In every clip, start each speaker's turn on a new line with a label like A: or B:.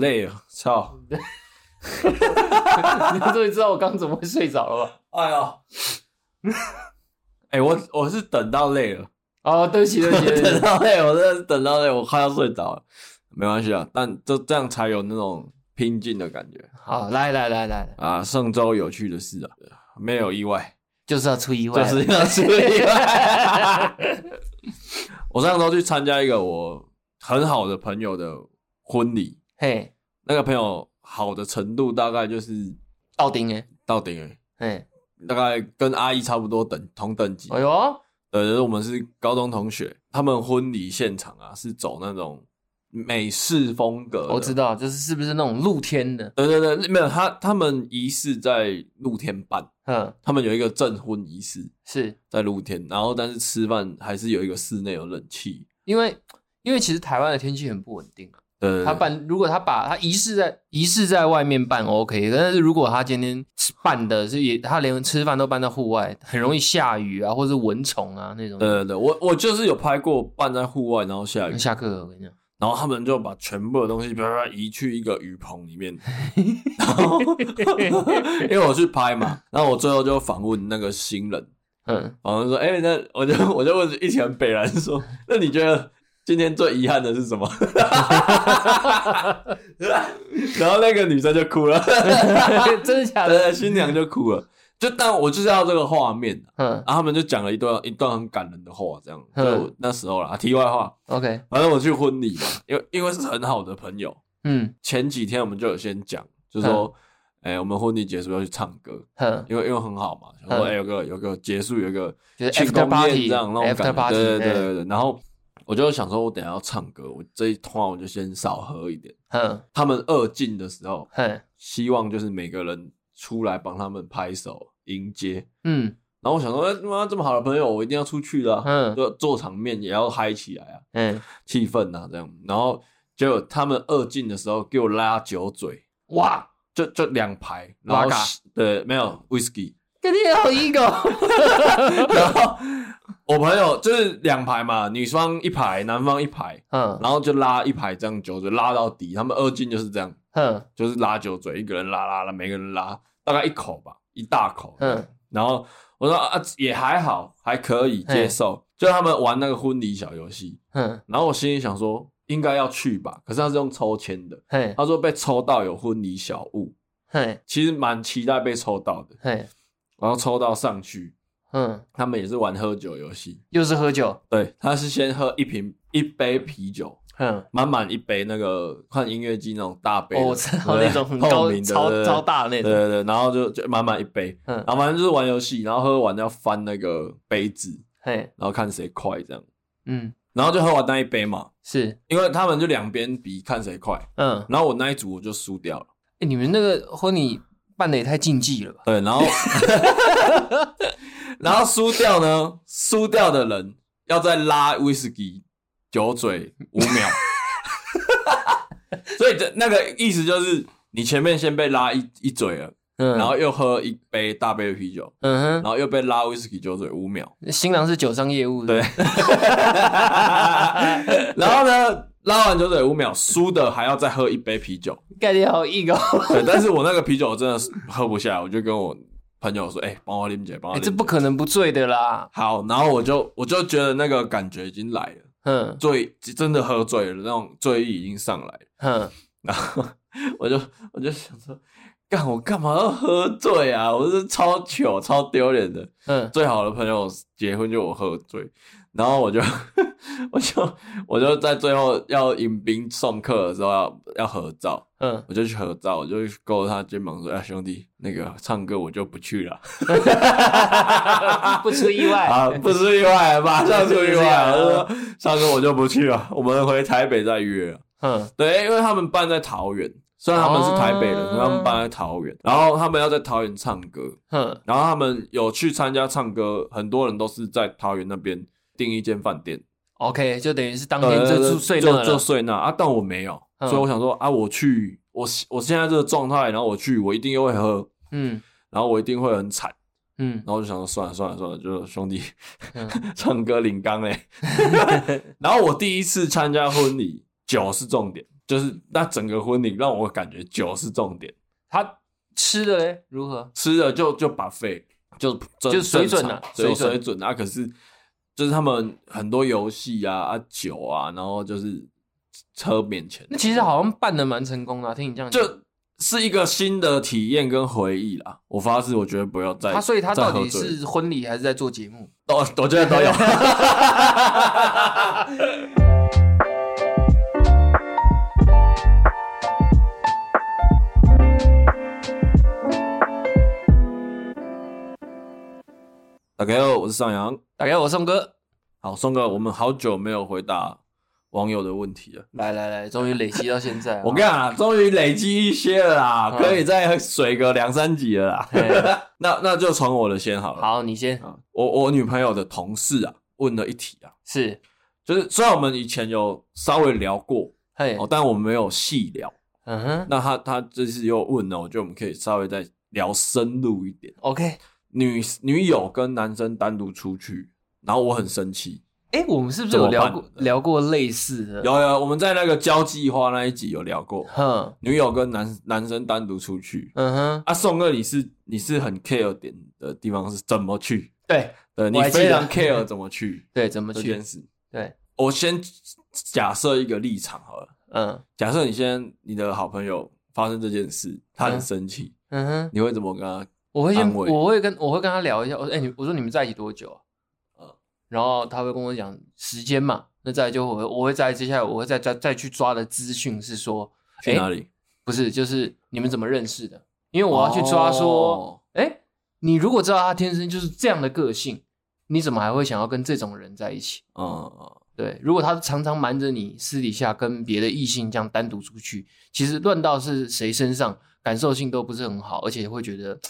A: 累啊，操！
B: 你终于知道我刚怎么会睡着了吧？
C: 哎呀，
A: 哎、我我是等到累了，
B: 哦，对不起，对不起，对 不
A: 等
B: 起
A: 到累，我真的是等到累，我快要睡着了。没关系啊，但这这样才有那种拼劲的感觉
B: 好，来来来来，
A: 啊！上周有趣的事啊，没有意外，
B: 就是要出意外
A: 就
B: 了，
A: 是要出意外。 我上周去参加一个我很好的朋友的婚礼，
B: 嘿，
A: 那个朋友好的程度大概就是
B: 奥丁哎，
A: 到顶了，
B: 嘿，
A: 大概跟阿姨差不多等同等级。
B: 哎呦，
A: 呃，就是我们是高中同学，他们婚礼现场啊是走那种美式风格，
B: 我知
A: 道。
B: 道，就是是不是那种露天的？
A: 对对对，没有他，他们仪式在露天办，
B: 嗯，
A: 他们有一个证婚仪式
B: 是
A: 在露天，然后但是吃饭还是有一个室内有冷气。
B: 因为因为其实台湾的天气很不稳定，啊
A: 对对对
B: 他办如果他把他仪式在仪式在外面办 OK，但是如果他今天办的是也他连吃饭都办到户外，很容易下雨啊，或者是蚊虫啊那种。
A: 对对对，我我就是有拍过办在户外，然后下雨，
B: 下课了我跟你讲，
A: 然后他们就把全部的东西啪啪啪移去一个雨棚里面， 然后 因为我去拍嘛，然后我最后就访问那个新人，
B: 嗯，
A: 访问说，哎、那我就我就问一起很北然说，那你觉得今天最遗憾的是什么？ 然后那个女生就哭了，
B: 真的假的？
A: 对，新娘就哭了，就但我就是要这个画面，
B: 嗯
A: 然后他们就讲了一段一段很感人的话，这样，
B: 嗯
A: 就那时候啦，题外话，
B: ，OK，
A: 反正我去婚礼嘛，因为因为是很好的朋友，
B: 嗯
A: 前几天我们就有先讲，就说，哎、我们婚礼结束要去唱歌，
B: 哼，
A: 因为因为很好嘛，想说
B: 嗯
A: 哎、有个有个结束有个
B: 就是 after
A: 庆功宴
B: party，
A: 这样那种
B: after
A: 感觉，
B: party，
A: 对对
B: 哎
A: 对对对。然后我就想说，我等一下要唱歌，我这一通我就先少喝一点。
B: 哼
A: 他们二进的时候，
B: 哼，
A: 希望就是每个人出来帮他们拍手迎接。
B: 嗯
A: 然后我想说，哎、妈这么好的朋友，我一定要出去的、啊，
B: 嗯
A: 就做场面也要嗨起来啊，
B: 嗯，
A: 气氛啊这样。然后结果他们二进的时候给我拉酒嘴，
B: 哇，
A: 就就两排，然后
B: Vodka
A: 是对，没有 whisky，
B: 肯定好 ego，
A: 然后我朋友就是两排嘛，女方一排，男方一排，
B: 嗯
A: 然后就拉一排这样酒嘴拉到底，他们二进就是这样，
B: 哼
A: 就是拉酒嘴，一个人拉拉拉，每个人拉大概一口吧，一大口，
B: 嗯
A: 然后我说啊也还好，还可以
B: 嘿
A: 接受，就他们玩那个婚礼小游戏，
B: 哼
A: 然后我心里想说应该要去吧，可是他是用抽签的，
B: 嘿
A: 他说被抽到有婚礼小物，
B: 嘿
A: 其实蛮期待被抽到的，
B: 嘿，
A: 然后抽到上去，
B: 嗯，
A: 他们也是玩喝酒游戏。
B: 又是喝酒，
A: 对，他是先喝一瓶一杯啤酒，
B: 哼。
A: 满满一杯那个看音乐机那种大杯的，
B: 嗯哦，我知道
A: 对
B: 那种 很
A: 透
B: 高
A: 明、的，
B: 超
A: 对
B: 超，大的那
A: 对
B: 种，
A: 对对，然后就就满满一杯，
B: 嗯
A: 然后反正就是玩游戏，然后喝完要翻那个杯子，
B: 嘿，
A: 然后看谁快这样，
B: 嗯，
A: 然后就喝完那一杯嘛，
B: 是，
A: 因为他们就两边比看谁快，
B: 嗯，
A: 然后我那一组我就输掉了，
B: 欸你们那个婚礼办的也太禁忌了吧？
A: 对， 然后然后输掉呢，输掉的人要再拉威士忌酒嘴五 秒，所以这那个意思就是你前面先被拉一一嘴了，
B: 嗯，
A: 然后又喝一杯大杯的啤酒，
B: 嗯
A: 然后又被拉威士忌酒嘴五 秒，
B: 哼，新郎是酒商业务的，
A: 对然后呢拉完酒嘴五秒，输的还要再喝一杯啤酒，
B: 概念好硬哦，
A: 对，但是我那个啤酒我真的是喝不下，我就跟我朋友说，哎、帮我拎姐，帮我
B: 欸
A: 拎
B: 这
A: 姐。
B: 不可能不醉的啦，
A: 好，然后我就我就觉得那个感觉已经来了，
B: 嗯
A: 醉真的喝醉了，那种醉意已经上来了。
B: 哼，
A: 然后 我就我就想说，干我干嘛要喝醉啊？我是超糗、超丢脸的。
B: 嗯
A: 最好的朋友结婚就我喝醉，然后我就 我就我就在最后要迎宾送客的时候要要合照，
B: 嗯，
A: 我就去合照，我就勾着他肩膀说：“哎、兄弟，那个唱歌我就不去了。”
B: 不出意外，
A: 啊， 不出意外，马上出 意
B: 是这啊
A: 外。
B: 样
A: 我说上次我就不去了，我们回台北再约啊。
B: 嗯
A: 对，因为他们办在桃园，虽然他们是台北人，
B: 哦
A: 他们办在桃园，然后他们要在桃园唱歌，
B: 哼，
A: 然后他们有去参加唱歌，很多人都是在桃园那边订一间饭店，
B: ，OK，就等于是当天嗯
A: 对
B: 就住
A: 对
B: 睡
A: 呃就
B: 那
A: 就
B: 了，
A: 睡那啊，但我没有，
B: 嗯
A: 所以我想说啊，我去，我我现在这个状态，然后我去，我一定又会喝，
B: 嗯
A: 然后我一定会很惨。
B: 嗯
A: 然，后我就想说算了算了算了，就是兄弟、
B: 嗯
A: 唱歌领缸嘞。然后我第一次参加婚礼，酒是重点，就是那整个婚礼让我感觉酒是重点，
B: 他吃的嘞如何？
A: 吃的就就把费就就
B: 水准啊
A: 水
B: 水准
A: 水准啊。可是就是他们很多游戏啊、啊酒啊，然后就是车面前，
B: 那其实好像办的蛮成功的啊、听你这样讲，
A: 就是一个新的体验跟回忆啦。我发誓，我绝对不要再
B: 他所以他
A: 再
B: 到
A: 喝
B: 底
A: 醉
B: 是婚礼还是在做节目？
A: 都我觉得都 有。大家哦好，我是尚阳。
B: 大概我宋哥，
A: 好，宋哥，我们好久没有回答网友的问题了。
B: 来来来，终于累积到现在啊，
A: 我跟你讲啊，终于累积一些了啦，
B: 嗯
A: 可以再水个两三集了啦。
B: 嘿
A: 那那就从我的先好了。
B: 好，你先
A: 啊，我我女朋友的同事啊问了一题啊，
B: 是
A: 就是虽然我们以前有稍微聊过
B: 嘿
A: 哦，，但我们没有细聊。
B: 嗯哼
A: 那她她这次又问了，我觉得我们可以稍微再聊深入一点。
B: ，OK，
A: 女女友跟男生单独出去，然后我很生气。
B: 哎、我们是不是有聊
A: 怎么
B: 过
A: 办
B: 聊过类似的？，
A: 有有，我们在那个交际花那一集有聊过，
B: 哼，
A: 女友跟男男生单独出去。
B: 嗯哼，
A: 啊，宋哥，你是你是很 care 点的地方是怎么去？
B: 对
A: 对你
B: 我还记得
A: 非常 care 怎么 去
B: 对，怎么
A: 这
B: 去
A: 件？事。
B: 对，
A: 我先假设一个立场好了，
B: 嗯
A: 假设你现在你的好朋友发生这件事，他很生气，
B: 嗯哼，
A: 你会怎么跟他？
B: 我会先
A: 安慰
B: 我会跟我会跟他聊一下，我说哎、你我说你们在一起多久、啊？
A: 嗯
B: 然后他会跟我讲时间嘛，那再来就我我会在接下来我会再再再去抓的资讯是说，
A: 去哪里？
B: 不是就是你们怎么认识的？因为我要去抓说，
A: 哦
B: 哎、你如果知道他天生就是这样的个性，你怎么还会想要跟这种人在一起？
A: 嗯，嗯
B: 对，如果他常常瞒着你，私底下跟别的异性这样单独出去，其实乱到是谁身上，感受性都不是很好，而且会觉得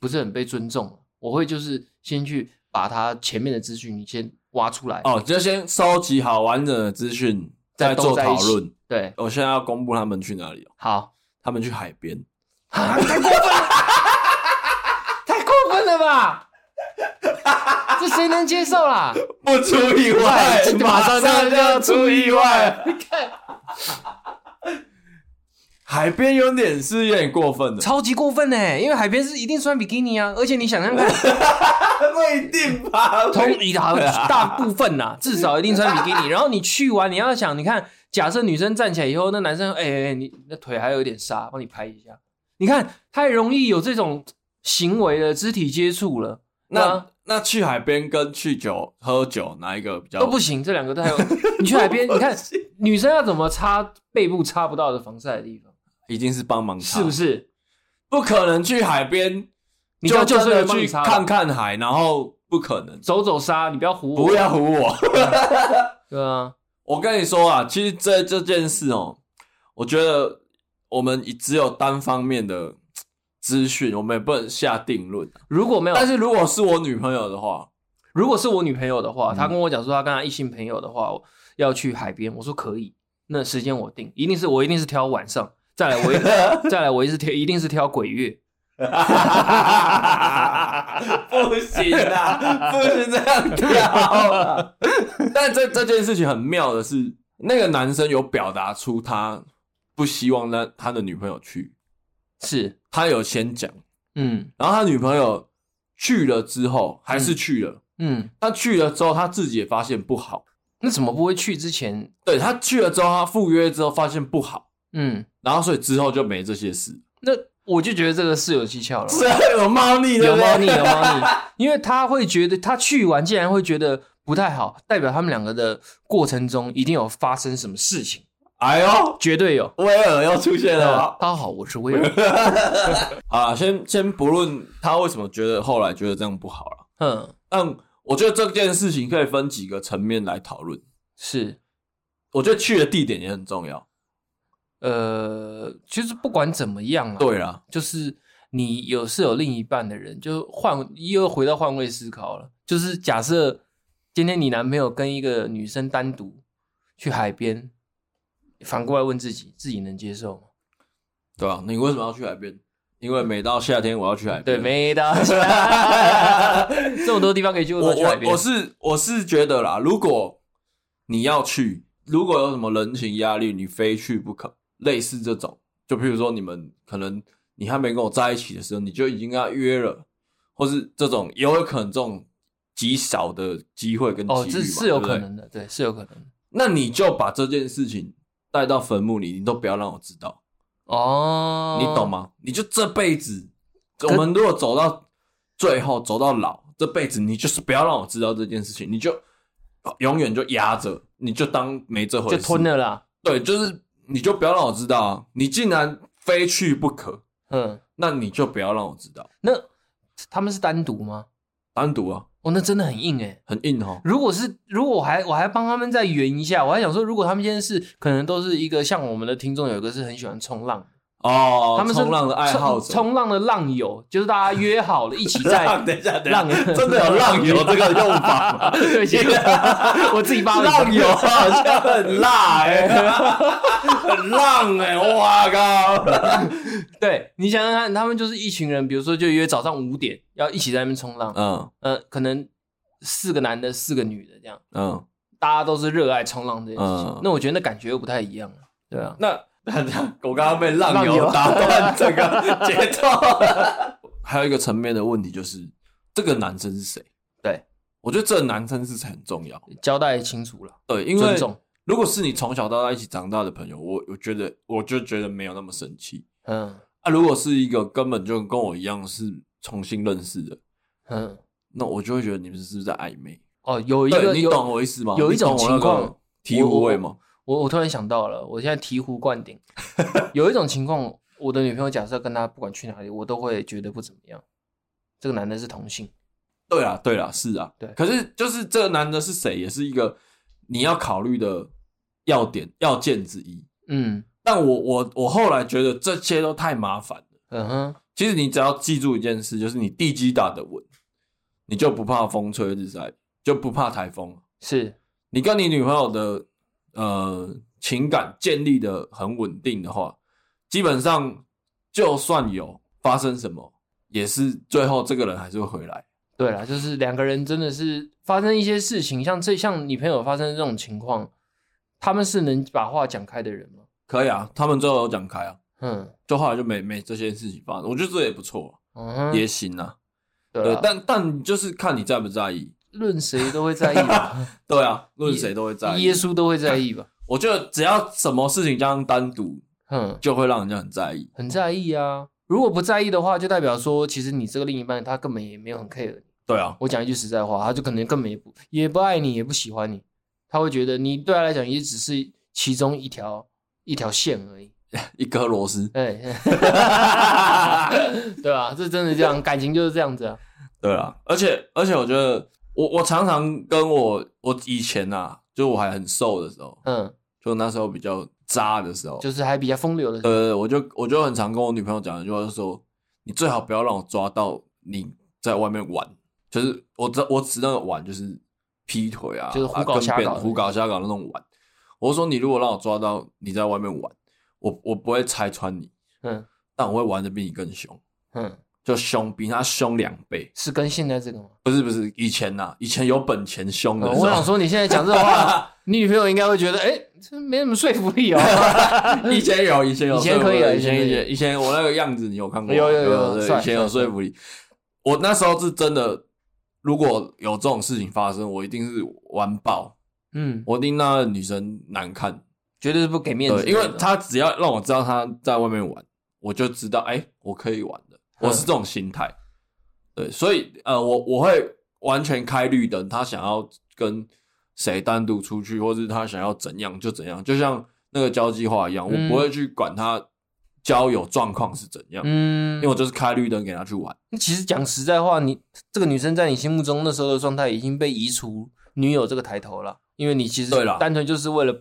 B: 不是很被尊重。我会就是先去把他前面的资讯你先挖出来，
A: 哦，就先收集好完整的资讯，
B: 再
A: 再
B: 都
A: 做
B: 在一
A: 讨
B: 起
A: 论。
B: 对，
A: 我现在要公布他们去哪里哦，
B: 好，
A: 他们去海边。
B: 太过分了吧？这谁能接受啦？，
A: 不出意外
B: 马
A: 马
B: 上
A: 上就要出意 外。
B: 你看，
A: 海边有点是有点过分的，
B: 超级过分呢、因为海边是一定穿比基尼啊，而且你想想看，
A: 不一定吧？
B: 通一大大部分
A: 啊
B: 呐、 至少一定穿比基 尼。然后你去完，你要想，你看，假设女生站起来以后，那男生，哎、哎、哎你那腿还有一点沙，帮你拍一下。你看，太容易有这种行为了，肢体接触了，
A: 那那去海边跟去酒喝酒哪一个比较
B: 都不行。这两个都还有，你去海边，你看女生要怎么擦背部擦不到的防晒的地方，
A: 一定是帮忙擦，
B: 是不？是？
A: 不可能去海边，
B: 你叫救
A: 真
B: 生员
A: 的
B: 帮你
A: 去
B: 擦吧
A: 看看海，然后不可能，
B: 走走沙，你不要唬我。
A: 不要唬我。
B: 对啊，
A: 我跟你说啊，其实这这件事哦，我觉得我们只有单方面的嘖资讯，我们也不能下定论。
B: 如果没有，
A: 但是如果是我女朋友的 话，
B: 如果是我女朋友的话，她跟我讲说她跟她异性朋友的话我要去海边，我说可以，那时间我定，一定是我一定是挑晚上，再来我一 再来我一定是挑一定是挑鬼月，
A: 不行 啦，不行这样跳啊。但这这件事情很妙的是，那个男生有表达出他不希望他他的女朋友去，
B: 是，
A: 他有先讲，
B: 嗯
A: 然后他女朋友去了之后还是去了，
B: 嗯，
A: 他去了之后他自己也发现不好，
B: 那怎么不会去之前，
A: 对他去了之后他赴约之后发现不好，
B: 嗯，
A: 然后所以之后就没这些事，
B: 那我就觉得这个是有蹊跷了，
A: 有猫腻哦
B: 有猫腻有猫腻，因为他会觉得他去完竟然会觉得不太好，代表他们两个的过程中一定有发生什么事情，
A: 哎呦，
B: 绝对有。
A: 威尔又出现了吗
B: 呃？大家好，我是威尔，
A: 啊，先先不论他为什么觉得后来觉得这样不好了，
B: 嗯，
A: 但我觉得这件事情可以分几个层面来讨论。
B: 是。
A: 我觉得去的地点也很重要。
B: 呃，其实不管怎么样啊，，
A: 对啦，
B: 就是你有是有另一半的人，就换又回到换位思考了。就是假设今天你男朋友跟一个女生单独去海边，反过来问自己，自己能接受吗？
A: 对啊，你为什么要去海边？因为每到夏天我要去海
B: 对，
A: 边。，
B: 没的， 这么多地方可以去，为什
A: 我
B: 么去海
A: 我
B: 边
A: 我是我是觉得啦，如果你要去，如果有什么人情压力，你非去不可，类似这种，就譬如说你们可能你还没跟我在一起的时候，你就已经跟他约了，或是这种也有可能这种极少的机会跟机遇嘛、
B: 哦，这是有
A: 对不对
B: 可能的，对，是有可能的。
A: 那你就把这件事情带到坟墓里，你都不要让我知道，
B: 哦，
A: 你懂？吗？你就这辈子，我们如果走到最后，走到老，这辈子你就是不要让我知道这件事情，你就永远就压着，你就当没这回
B: 就
A: 事，
B: 吞了啦。
A: 对，就是你就不要让我知道啊！你既然非去不可，
B: 嗯，
A: 那你就不要让我知道。
B: 那他们是单独吗？
A: 单独啊，
B: 哦，那真的很硬哎、
A: 很硬哦。
B: 如果是，如果我还我还帮他们再圆一下，我还想说，如果他们现在是可能都是一个像我们的听众，有一个是很喜欢冲浪，
A: 哦，
B: 他们是
A: 冲浪的爱好者，
B: 冲冲浪的浪友，就是大家约好了一起在
A: 浪， 等一下，等一
B: 浪
A: 下，真的有浪 游这个用法吗？
B: 对不起， 我自己发明的
A: 浪友好像很辣哎、 很浪哎、哇靠！
B: 对你想想看，他们就是一群人，比如说就约早上五点要一起在那边冲浪，
A: 嗯
B: 呃，可能四个男的，四个女的这样，
A: 嗯，
B: 大家都是热爱冲浪这件事情。
A: 嗯
B: 那我觉得那感觉又不太一样了，对啊。
A: 那我刚刚被浪
B: 浪
A: 友
B: 友
A: 打断 这个节奏。还有一个层面的问题就是，这个男生是谁？
B: 对，
A: 我觉得这个男生是很重要。
B: 交代清楚了，
A: 对，因为
B: 尊重，
A: 如果是你从小到大一起长大的朋友，我我觉得我就觉得没有那么生气
B: 嗯
A: 啊。如果是一个根本就跟我一样是重新认识的，
B: 嗯，
A: 那我就会觉得你们是不是在暧昧？
B: 哦，有一
A: 对
B: 个
A: 你
B: 有
A: 懂我意思吗？
B: 有一种
A: 你懂我那个
B: 情况
A: 醍醐味吗？
B: 我我突然想到了，我现在醍醐灌顶，有一种情况，我的女朋友假设跟她不管去哪里，我都会觉得不怎么样。这个男的是同性，
A: 对啊，对啊，是啊，
B: 对
A: 可是就是这个男的是谁，也是一个你要考虑的要点要件之一。
B: 嗯
A: 但我我我后来觉得这些都太麻烦了。
B: 嗯哼，
A: 其实你只要记住一件事，就是你地基打得稳，你就不怕风吹日晒，就不怕台风。
B: 是
A: 你跟你女朋友的呃情感建立的很稳定的话，基本上就算有发生什么，也是最后这个人还是会回来。
B: 对啦，就是两个人真的是发生一些事情，像这像你朋友发生这种情况，他们是能把话讲开的人吗？
A: 可以啊，他们最后有讲开啊，
B: 嗯
A: 就后来就没没这些事情发生，我觉得这也不错、
B: 嗯哼，
A: 也行啊。
B: 嗯对
A: 对
B: 啦，，
A: 但但就是看你在不在意。
B: 论谁都会在意吧，
A: 对啊，论谁都会 在意
B: 耶。稣都会在意吧，
A: 我觉得只要什么事情加上单独，
B: 嗯，
A: 就会让人家很在意。
B: 很在意啊。如果不在意的话，就代表说，其实你这个另一半他根本也没有很 care 你。
A: 对啊，
B: 我讲一句实在话，他就可能根本也不也不爱你，也不喜欢你，他会觉得你对他来讲也只是其中一条一条线而已。
A: 一颗螺丝。
B: 哎， 对啊，这真的这样，感情就是这样子啊。
A: 对啊，而且而且我觉得我我常常跟我我以前啊，就我还很瘦的时候，
B: 嗯，
A: 就那时候比较渣的时候，
B: 就是还比较风流的时候，
A: 呃，我就我就很常跟我女朋友讲一句话，就是说你最好不要让我抓到你在外面玩，就是我只我指那个玩就是劈腿啊，
B: 就是胡
A: 啊
B: 搞
A: 跟
B: 瞎
A: 别
B: 搞
A: 人
B: 的
A: 胡搞瞎搞那种玩。我说你如果让我抓到你在外面玩，我我不会拆穿你，
B: 嗯
A: 但我会玩的比你更凶，
B: 嗯，
A: 就凶比他凶两倍。
B: 是跟现在这个吗？
A: 不是不是，以前呐、以前有本钱凶的
B: 呃
A: 时候，
B: 我想说，你现在讲这话，你女朋友应该会觉得，哎，这没什么说服力哦。
A: 以前有，以前有，
B: 以前可以啊
A: 以前
B: 以前可以
A: 以前以前我那个样子，你有看过吗？
B: 有有有
A: 对对
B: 帅
A: 以前有
B: 帅
A: 说服力。我那时候是真的，如果有这种事情发生，我一定是完爆，
B: 嗯，
A: 我一定让那个女生难看。
B: 绝对是不给面子
A: 对，
B: 的，
A: 因为她只要让我知道她在外面玩，我就知道，哎、我可以玩的，
B: 嗯
A: 我是这种心态。对，所以呃，我我会完全开绿灯，她想要跟谁单独出去，或是她想要怎样就怎样，就像那个交际话一样，我
B: 嗯
A: 不会去管她交友状况是怎样，
B: 嗯
A: 因为我就是开绿灯给她去玩。
B: 其实讲实在话，你这个女生在你心目中那时候的状态已经被移除女友这个抬头了，因为你其实
A: 对啦
B: 单纯就是为了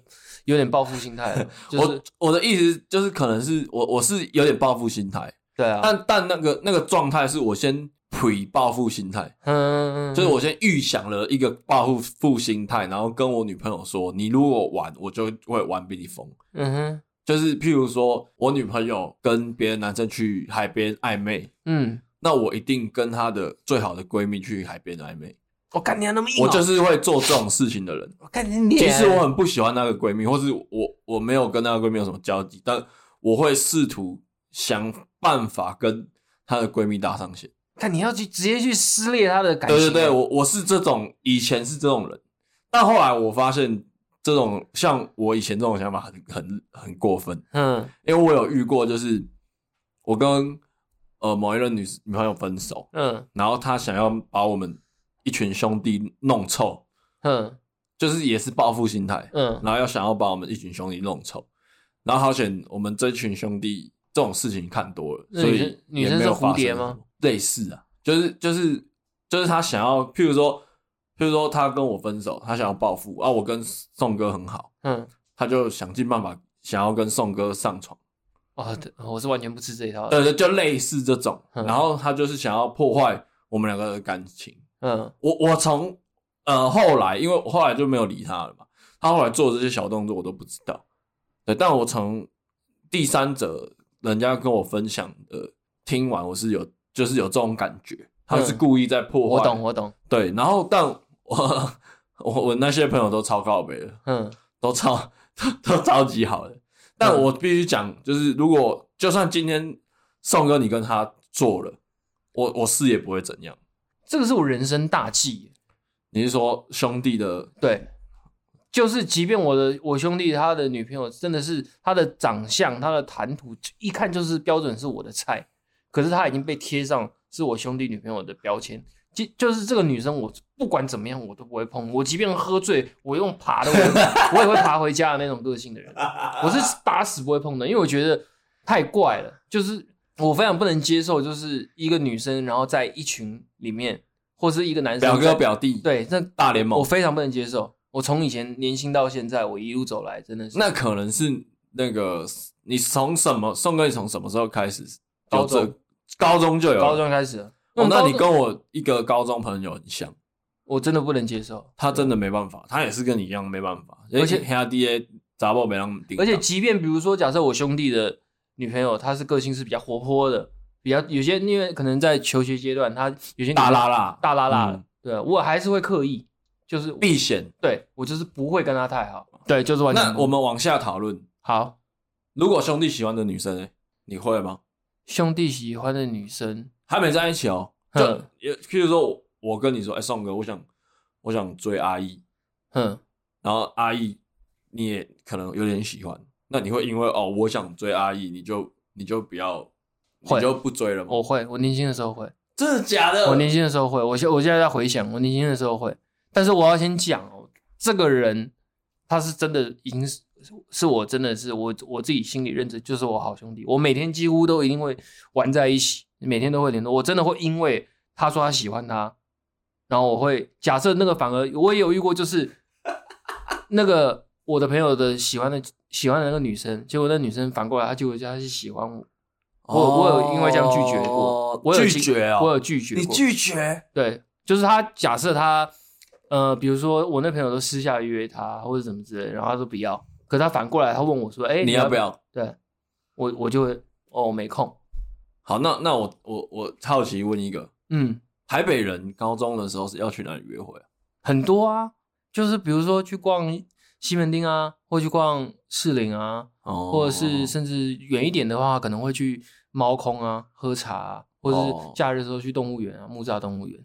B: 有点报复心态 了，就是
A: 我我的意思就是，可能是我我是有点报复心态，
B: 对啊，
A: 但但那个那个状态是我先 pre 报复心态。
B: 嗯，
A: 就是我先预想了一个报复复心态，然后跟我女朋友说，你如果玩，我就会玩比你疯。
B: 嗯哼
A: 就是譬如说我女朋友跟别的男生去海边暧昧，
B: 嗯
A: 那我一定跟她的最好的闺蜜去海边暧昧。
B: 我干你还那么硬
A: 我
B: 哦、
A: 就是会做这种事情的人。
B: 我干你哎
A: 其
B: 脸。
A: 实我很不喜欢那个闺蜜，或是我我没有跟那个闺蜜有什么交集，但我会试图想办法跟她的闺蜜搭上线。
B: 看你要去直接去撕裂他的感情
A: 对
B: 啊。
A: 对对，我我是这种，以前是这种人，但后来我发现这种像我以前这种想法很很很过分，
B: 嗯
A: 因为我有遇过，就是我跟呃某一任女女朋友分手，
B: 嗯
A: 然后她想要把我们一群兄弟弄臭，
B: 嗯
A: 就是也是报复心态，
B: 嗯
A: 然后要想要把我们一群兄弟弄臭，然后好险我们这群兄弟这种事情看多了，
B: 那
A: 所
B: 女
A: 以
B: 生女
A: 也
B: 生
A: 没有
B: 是蝴
A: 发生
B: 蝶
A: 什么
B: 吗？
A: 类似啊，就是就是就是他想要，譬如说譬如说他跟我分手，他想要报复啊，我跟宋哥很好，
B: 嗯。
A: 他就想尽办法想要跟宋哥上床，
B: 哦，对我是完全不吃这一套的。
A: 对对，就类似这种，
B: 嗯
A: 然后他就是想要破坏我们两个的感情，
B: 嗯
A: 我我从呃后来，因为我后来就没有理他了嘛，他后来做这些小动作我都不知道。对，但我从第三者人家跟我分享的听完，我是有就是有这种感觉，他是故意在破坏。
B: 嗯我懂，我懂。
A: 对，然后但我我我那些朋友都超靠北的，
B: 嗯
A: 都超都超级好的。但
B: 嗯
A: 我必须讲，就是如果就算今天宋哥你跟他做了，我我是也不会怎样。
B: 这个是我人生大忌耶。
A: 你是说兄弟的
B: 对，就是即便我的我兄弟他的女朋友真的是他的长相、他的谈吐，一看就是标准是我的菜，可是他已经被贴上是我兄弟女朋友的标签。就就是这个女生，我不管怎么样我都不会碰。我即便喝醉，我用爬的，我也会我也会爬回家的那种个性的人，我是打死不会碰的，因为我觉得太怪了。就是我非常不能接受，就是一个女生然后在一群里面，或是一个男生
A: 表
B: 在
A: 哥表弟，，
B: 对，那
A: 大联盟
B: 我非常不能接受。我从以前年轻到现在，我一路走来，真的是
A: 那可能是那个你从什么宋哥，你从什么时候开始？
B: 高中
A: 有这，高中就有了
B: 高。中开始了。
A: 啊哦，那
B: 高
A: 你
B: 中
A: 跟我一个高中朋友很像，
B: 我真的不能接受，
A: 他真的没办法，他也是跟你一样没办法，而
B: 且
A: 且他 D A 砸爆没让顶，
B: 而且即便比如说，假设我兄弟的女朋友，她是个性是比较活泼的，比较有些因为可能在求学阶段，她有些女
A: 大
B: 生
A: 拉拉
B: 大拉拉的
A: 嗯，
B: 对啊我还是会刻意，就是
A: 避险。
B: 对我就是不会跟她太好，对，就是完全
A: 那
B: 不
A: 我们往下讨论，
B: 好
A: 如果兄弟喜欢的女生，呢，你会吗？
B: 兄弟喜欢的女生，
A: 还没在一起哦，就
B: 嗯
A: 也譬如说我，我跟你说，哎，宋哥，我想我想追阿义，
B: 哼，
A: 然后阿义你也可能有点喜欢，那你会因为哦我想追阿义，你就你就不要，你
B: 会
A: 就不追了吗？
B: 我会，我年轻的时候会。
A: 真的假的？
B: 我年轻的时候会，我现我现在在回想，我年轻的时候会，但是我要先讲哦，这个人他是真的已经是是我真的是我我自己心里认知就是我好兄弟，我每天几乎都一定会玩在一起，每天都会联络，我真的会因为他说他喜欢他，然后我会假设那个反而我也有遇过，就是 那个我的朋友的喜欢的喜欢的那个女生，结果那女生反过来，她结果她是喜欢我。我我有因为这样拒绝过
A: 哦，
B: 我有
A: 拒
B: 经
A: 绝哦
B: 我有拒绝过，
A: 你拒绝
B: 对，就是他假设他，呃，比如说我那朋友都私下约他或者怎么之类的，然后他说不要，可他反过来他问我说，哎、
A: 你要不？要？
B: 对，我我就会哦没空，
A: 好，那那我我我好奇问一个，
B: 嗯，
A: 台北人高中的时候是要去哪里约会啊？
B: 很多啊，就是比如说去逛西门町啊，或去逛士林啊，
A: 哦
B: 或者是甚至远一点的话，可能会去猫空啊喝茶、啊，或者
A: 哦
B: 是假日的时候去动物园啊，木栅动物园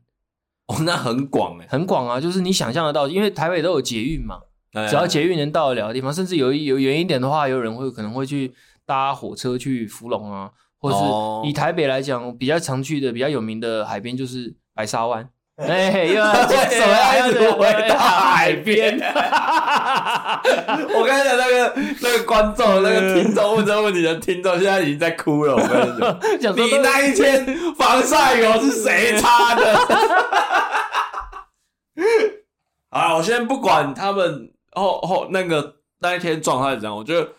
A: 哦，那很广哎，
B: 很广啊，就是你想象得到，因为台北都有捷运嘛，
A: 哎
B: 只要捷运能到得了的地方，甚至有一有远一点的话，有人会可能会去搭火车去福隆啊，或
A: 哦
B: 是以台北来讲，比较常去的、比较有名的海边就是白沙湾。哎，又要
A: 为什么要一直回到海边？我刚才那个那个观众、那个听众问这个问题的听众，现在已经在哭了。我跟你讲，
B: 讲说
A: 你
B: 都
A: 那一天防晒油是谁擦的？啊，我先不管他们后后那个那一天状态怎样，我觉得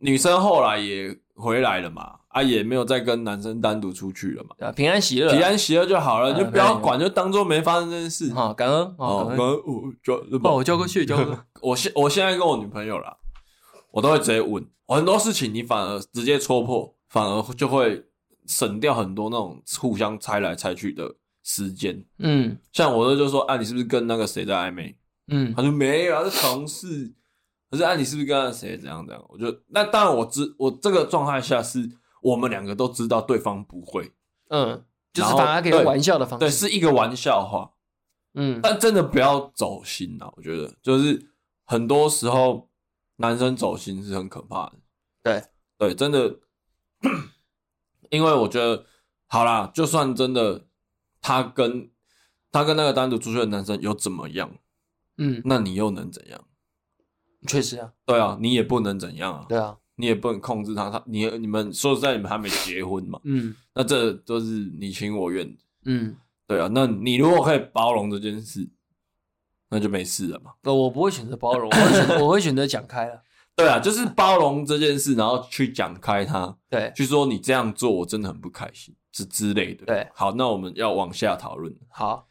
A: 女生后来也回来了嘛，啊，也没有再跟男生单独出去了嘛，
B: 对啊平安喜乐啊，
A: 平安喜乐就好了，
B: 嗯
A: 就不要管，就当做没发生这件事。
B: 好，感恩好
A: 哦，
B: 感
A: 跟
B: 恩。
A: 我就
B: 哦，我交个谢交个，
A: 我现我现在跟我女朋友啦，我都会直接问，很多事情你反而直接戳破，反而就会省掉很多那种互相猜来猜去的时间。
B: 嗯
A: 像我那就说，啊，你是不是跟那个谁在暧昧？
B: 嗯
A: 他说没有，他啊是同事。可是啊，你是不是跟那谁怎样怎样？我就那当然我知，我这个状态下是我们两个都知道对方不会，
B: 嗯，就
A: 然
B: 是
A: 后
B: 把它给
A: 对
B: 玩笑的方式，
A: 对，是一个玩笑话。
B: 嗯
A: 但真的不要走心啊！我觉得就是很多时候男生走心是很可怕的。
B: 对
A: 对，真的，因为我觉得好啦，就算真的他跟他跟那个单独出去的男生有怎么样，
B: 嗯，
A: 那你又能怎样？
B: 确实啊，
A: 对啊，你也不能怎样啊，
B: 对啊，
A: 你也不能控制他。他你你们说实在，你们还没结婚嘛，
B: 嗯
A: 那这都是你情我愿的。
B: 嗯，
A: 对啊，那你如果可以包容这件事，那就没事了嘛。
B: 呃我不会选择包容，我会选我会选择讲开了，
A: 对啊，就是包容这件事，然后去讲开它，
B: 对，
A: 去说你这样做我真的很不开心，之之类的。
B: 对，
A: 好，那我们要往下讨论，
B: 好，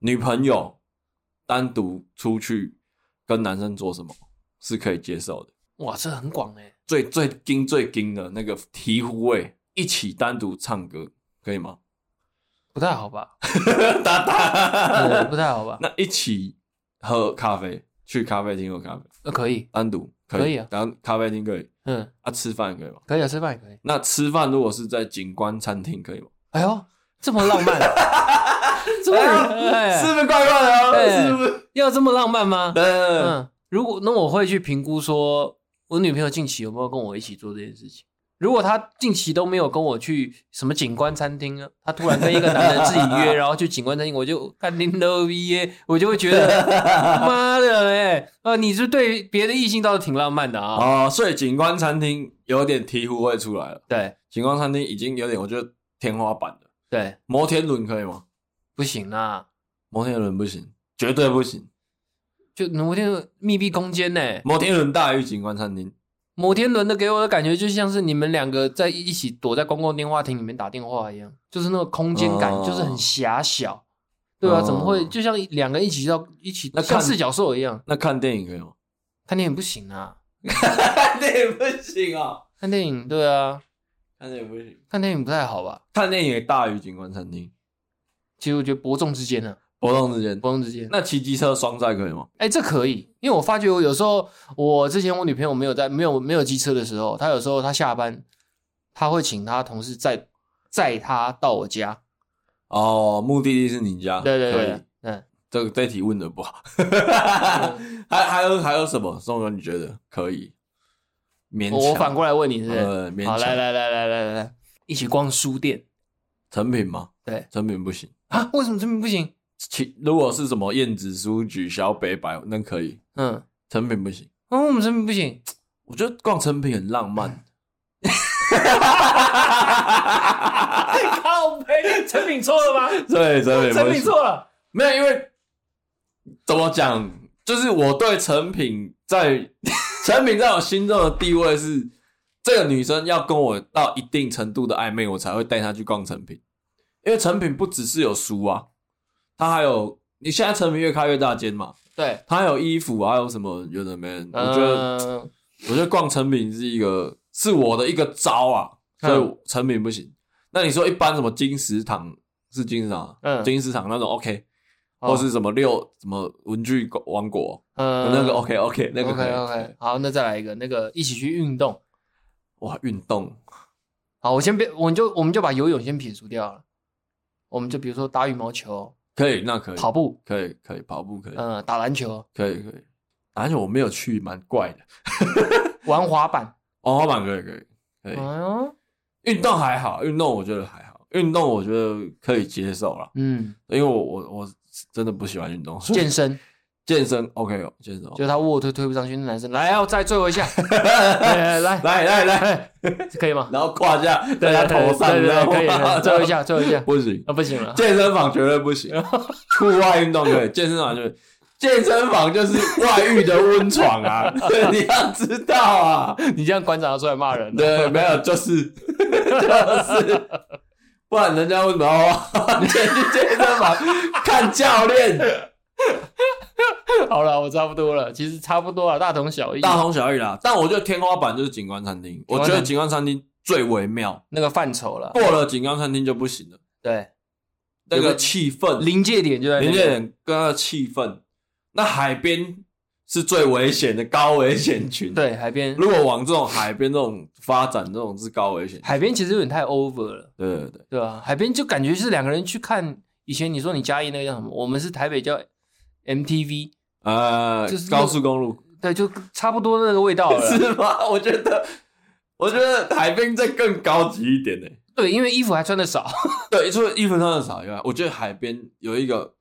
A: 女朋友单独出去跟男生做什么是可以接受的，
B: 哇，这很广哎，
A: 最最精最精的那个醍醐味，一起单独唱歌可以吗？
B: 不太好吧？
A: 哒
B: 呃
A: 哒，
B: 不太好吧？
A: 那一起喝咖啡，去咖啡厅喝咖啡，
B: 呃，可以，
A: 单独可以，
B: 可以啊
A: 然后咖啡厅可以，
B: 嗯，
A: 啊，吃饭可以吗？
B: 可以啊，吃饭也可以。
A: 那吃饭如果是在景观餐厅可以吗？
B: 哎呦，这么浪漫，啊 这么
A: 哎，是
B: 哎
A: 不是怪怪的
B: 哎
A: 哦？是不是？
B: 要这么浪漫吗？
A: 嗯，
B: 嗯，如果那我会去评估说，我女朋友近期有没有跟我一起做这件事情。如果她近期都没有跟我去什么景观餐厅啊，她突然跟一个男人自己 约，然后去景观餐厅，我就看您都逼耶，我就会 觉得妈的哎、啊，你是对别的异性倒是挺浪漫的啊。
A: 哦，所以景观餐厅有点醍醐味出来了。
B: 对
A: 景观餐厅已经有点，我觉得天花板了。
B: 对，
A: 摩天轮可以吗？
B: 不行啦，
A: 摩天轮不行，绝对不行。
B: 就摩天轮密闭空间呢、
A: 摩天轮大于景观餐厅。
B: 摩天轮的给我的感觉就像是你们两个在一起躲在公共电话亭里面打电话一样，就是那个空间感
A: 哦
B: 就是很狭小，对啊，
A: 哦
B: 怎么会就像两个一起到一起
A: 那看
B: 像四角兽一样
A: 那看电影可以吗？
B: 看电影不行啊？
A: 看电影不行啊，
B: 看电影对啊，
A: 看电影不行。
B: 看电影不太好吧？
A: 看电影也大于景观餐厅，
B: 其实我觉得伯仲之间啊，
A: 活动之间。
B: 伯仲之间，
A: 那骑机车双载可以吗？
B: 哎、这可以，因为我发觉我有时候我之前我女朋友没有在没有没有机车的时候，她有时候她下班，她会请她同事载载她到我家，
A: 哦，目的地是你家。
B: 对对
A: 可以
B: 对，嗯。
A: 这个这题问的不好， 还还有还有什么？宋哥，你觉得可以？勉强，
B: 我反过来问你是不是？
A: 呃，勉
B: 好，
A: 强。
B: 来来来来来来来，一起逛书店。
A: 成品吗？
B: 对
A: 成品不行。
B: 啊，为什么这边不行？
A: 其如果是什么燕子书局、小北百，那可以。
B: 嗯，
A: 成品不行，
B: 啊，为什么这边不行？
A: 我觉得逛成品很浪漫。
B: 靠背，成品错了 吗？
A: 对，成品不行。
B: 了。
A: 没有，因为怎么讲，就是我对成品在 成品在我心中的地位是，这个女生要跟我到一定程度的暧昧，我才会带她去逛成品。因为成品不只是有书啊，它还有你现在成品越开越大间嘛，
B: 对，
A: 它还有衣服，还有什么有的没的。我觉得，
B: 嗯，
A: 我觉得逛成品是一个是我的一个招啊，所以
B: 嗯
A: 成品不行。那你说一般什么金石堂是金石堂啊，
B: 嗯
A: 金石堂那种 OK，
B: 哦
A: 或是什么六什么文具王国，
B: 嗯
A: 那个 OK OK 那个可
B: OK
A: 以
B: OK，好，那再来一个，那个一起去运动。
A: 哇，运动
B: 好，我先别，我们就我们就把游泳先撇除掉了。我们就比如说打羽毛球、
A: 可以，那可以
B: 跑步，
A: 可以可以跑步可以
B: 嗯，打篮球、
A: 可以可以，而且我没有去，蛮怪的。哦
B: 玩滑板。
A: 滑板可以可以可
B: 哎
A: 以，
B: 呦，
A: 运动还好，运动我觉得还好，运动我觉得可以接受啦，
B: 嗯，
A: 因为我我我真的不喜欢运动，所以
B: 健身，
A: 健身 OK 哦，健身 OK。
B: 就是他卧推推不上去，那男生来，要啊再最后一下， 哎来哎
A: 来来来，
B: 可以吗？
A: 然后胯下在他头上，
B: 对
A: 你知
B: 对对，
A: 道
B: 可以
A: 吗
B: 可以，最后一下，最后一下，
A: 不行，
B: 啊，不行了，
A: 健身房绝对不行，户外运动可 以，健身房就是健身房就是外遇的温床啊，你要知道啊，
B: 你这样馆长要出来骂 人了，
A: 对，没有，就是 就是，不然人家为什么要花钱去健身房看教练？
B: 好了，我差不多了，其实差不多了，啊大同小异。
A: 大同小异啦，但我觉得天花板就是景观餐厅，我觉得景观餐厅最微妙，
B: 那个范畴了，
A: 过了景观餐厅就不行了。
B: 对，
A: 那
B: 有
A: 个
B: 个
A: 气氛，
B: 临界点就在那
A: 林
B: 边
A: 建远跟他的气氛。那海边是最危险的高危险群，。
B: 对海 边，
A: 如果往这种海边这种发展，这种是高危险。
B: 海边其实有点太 over 了，
A: 对对对，
B: 对吧、海边就感觉是两个人去看，以前你说你嘉义那个叫什么？我们是台北叫 MTV，
A: 呃，
B: 就是
A: 高速公路
B: 对，就差不多那个味道了。
A: 是吗？我觉得，我觉得海边再更高级一点呢、
B: 对，因为衣服还穿的少，
A: 对，除了衣服上的少以外，我觉得海边有一个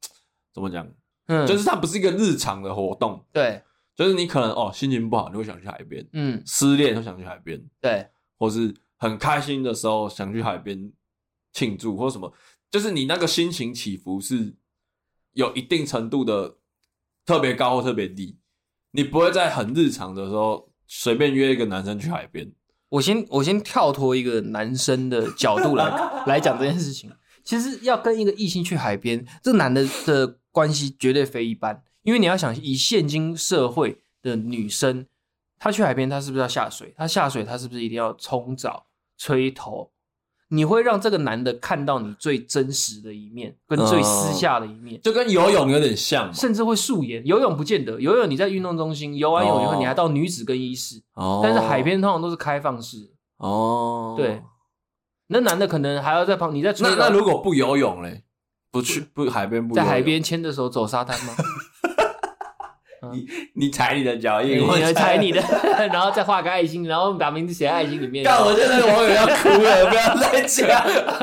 A: 怎么讲，
B: 嗯，
A: 就是它不是一个日常的活动，
B: 对，
A: 就是你可能哦心情不好，你会想去海边；
B: 嗯，
A: 失恋就想去海边，
B: 对，
A: 或是很开心的时候想去海边庆祝或什么，就是你那个心情起伏是有一定程度的特别高或特别低，你不会在很日常的时候随便约一个男生去海边。
B: 我先我先跳脱一个男生的角 度来来讲这件事情。其实要跟一个异性去海边，这个男的的关系绝对非一般，因为你要想以现今社会的女生，她去海边，她是不是要下水？她下水，她是不是一定要冲澡、吹头？你会让这个男的看到你最真实的一面，跟最私下的一面。
A: 就跟游泳有点像嘛。
B: 甚至会素颜，游泳不见得。游泳你在运动中心游完泳以后，
A: 哦
B: 你还到女子更衣室，
A: 哦
B: 但是海边通常都是开放式。
A: 哦，
B: 对。那男的可能还要在旁，你在吹
A: 那那
B: 了
A: 如果不游泳嘞，不去不海边不游
B: 在
A: 泳
B: 海，边牵着手走 沙滩吗？
A: 你踩你的脚
B: 你
A: 印，我
B: 哎你猜你的， 然后再画个爱心，然后把名字写在爱心 里面。
A: 干，我现在网友要哭了，不要再讲。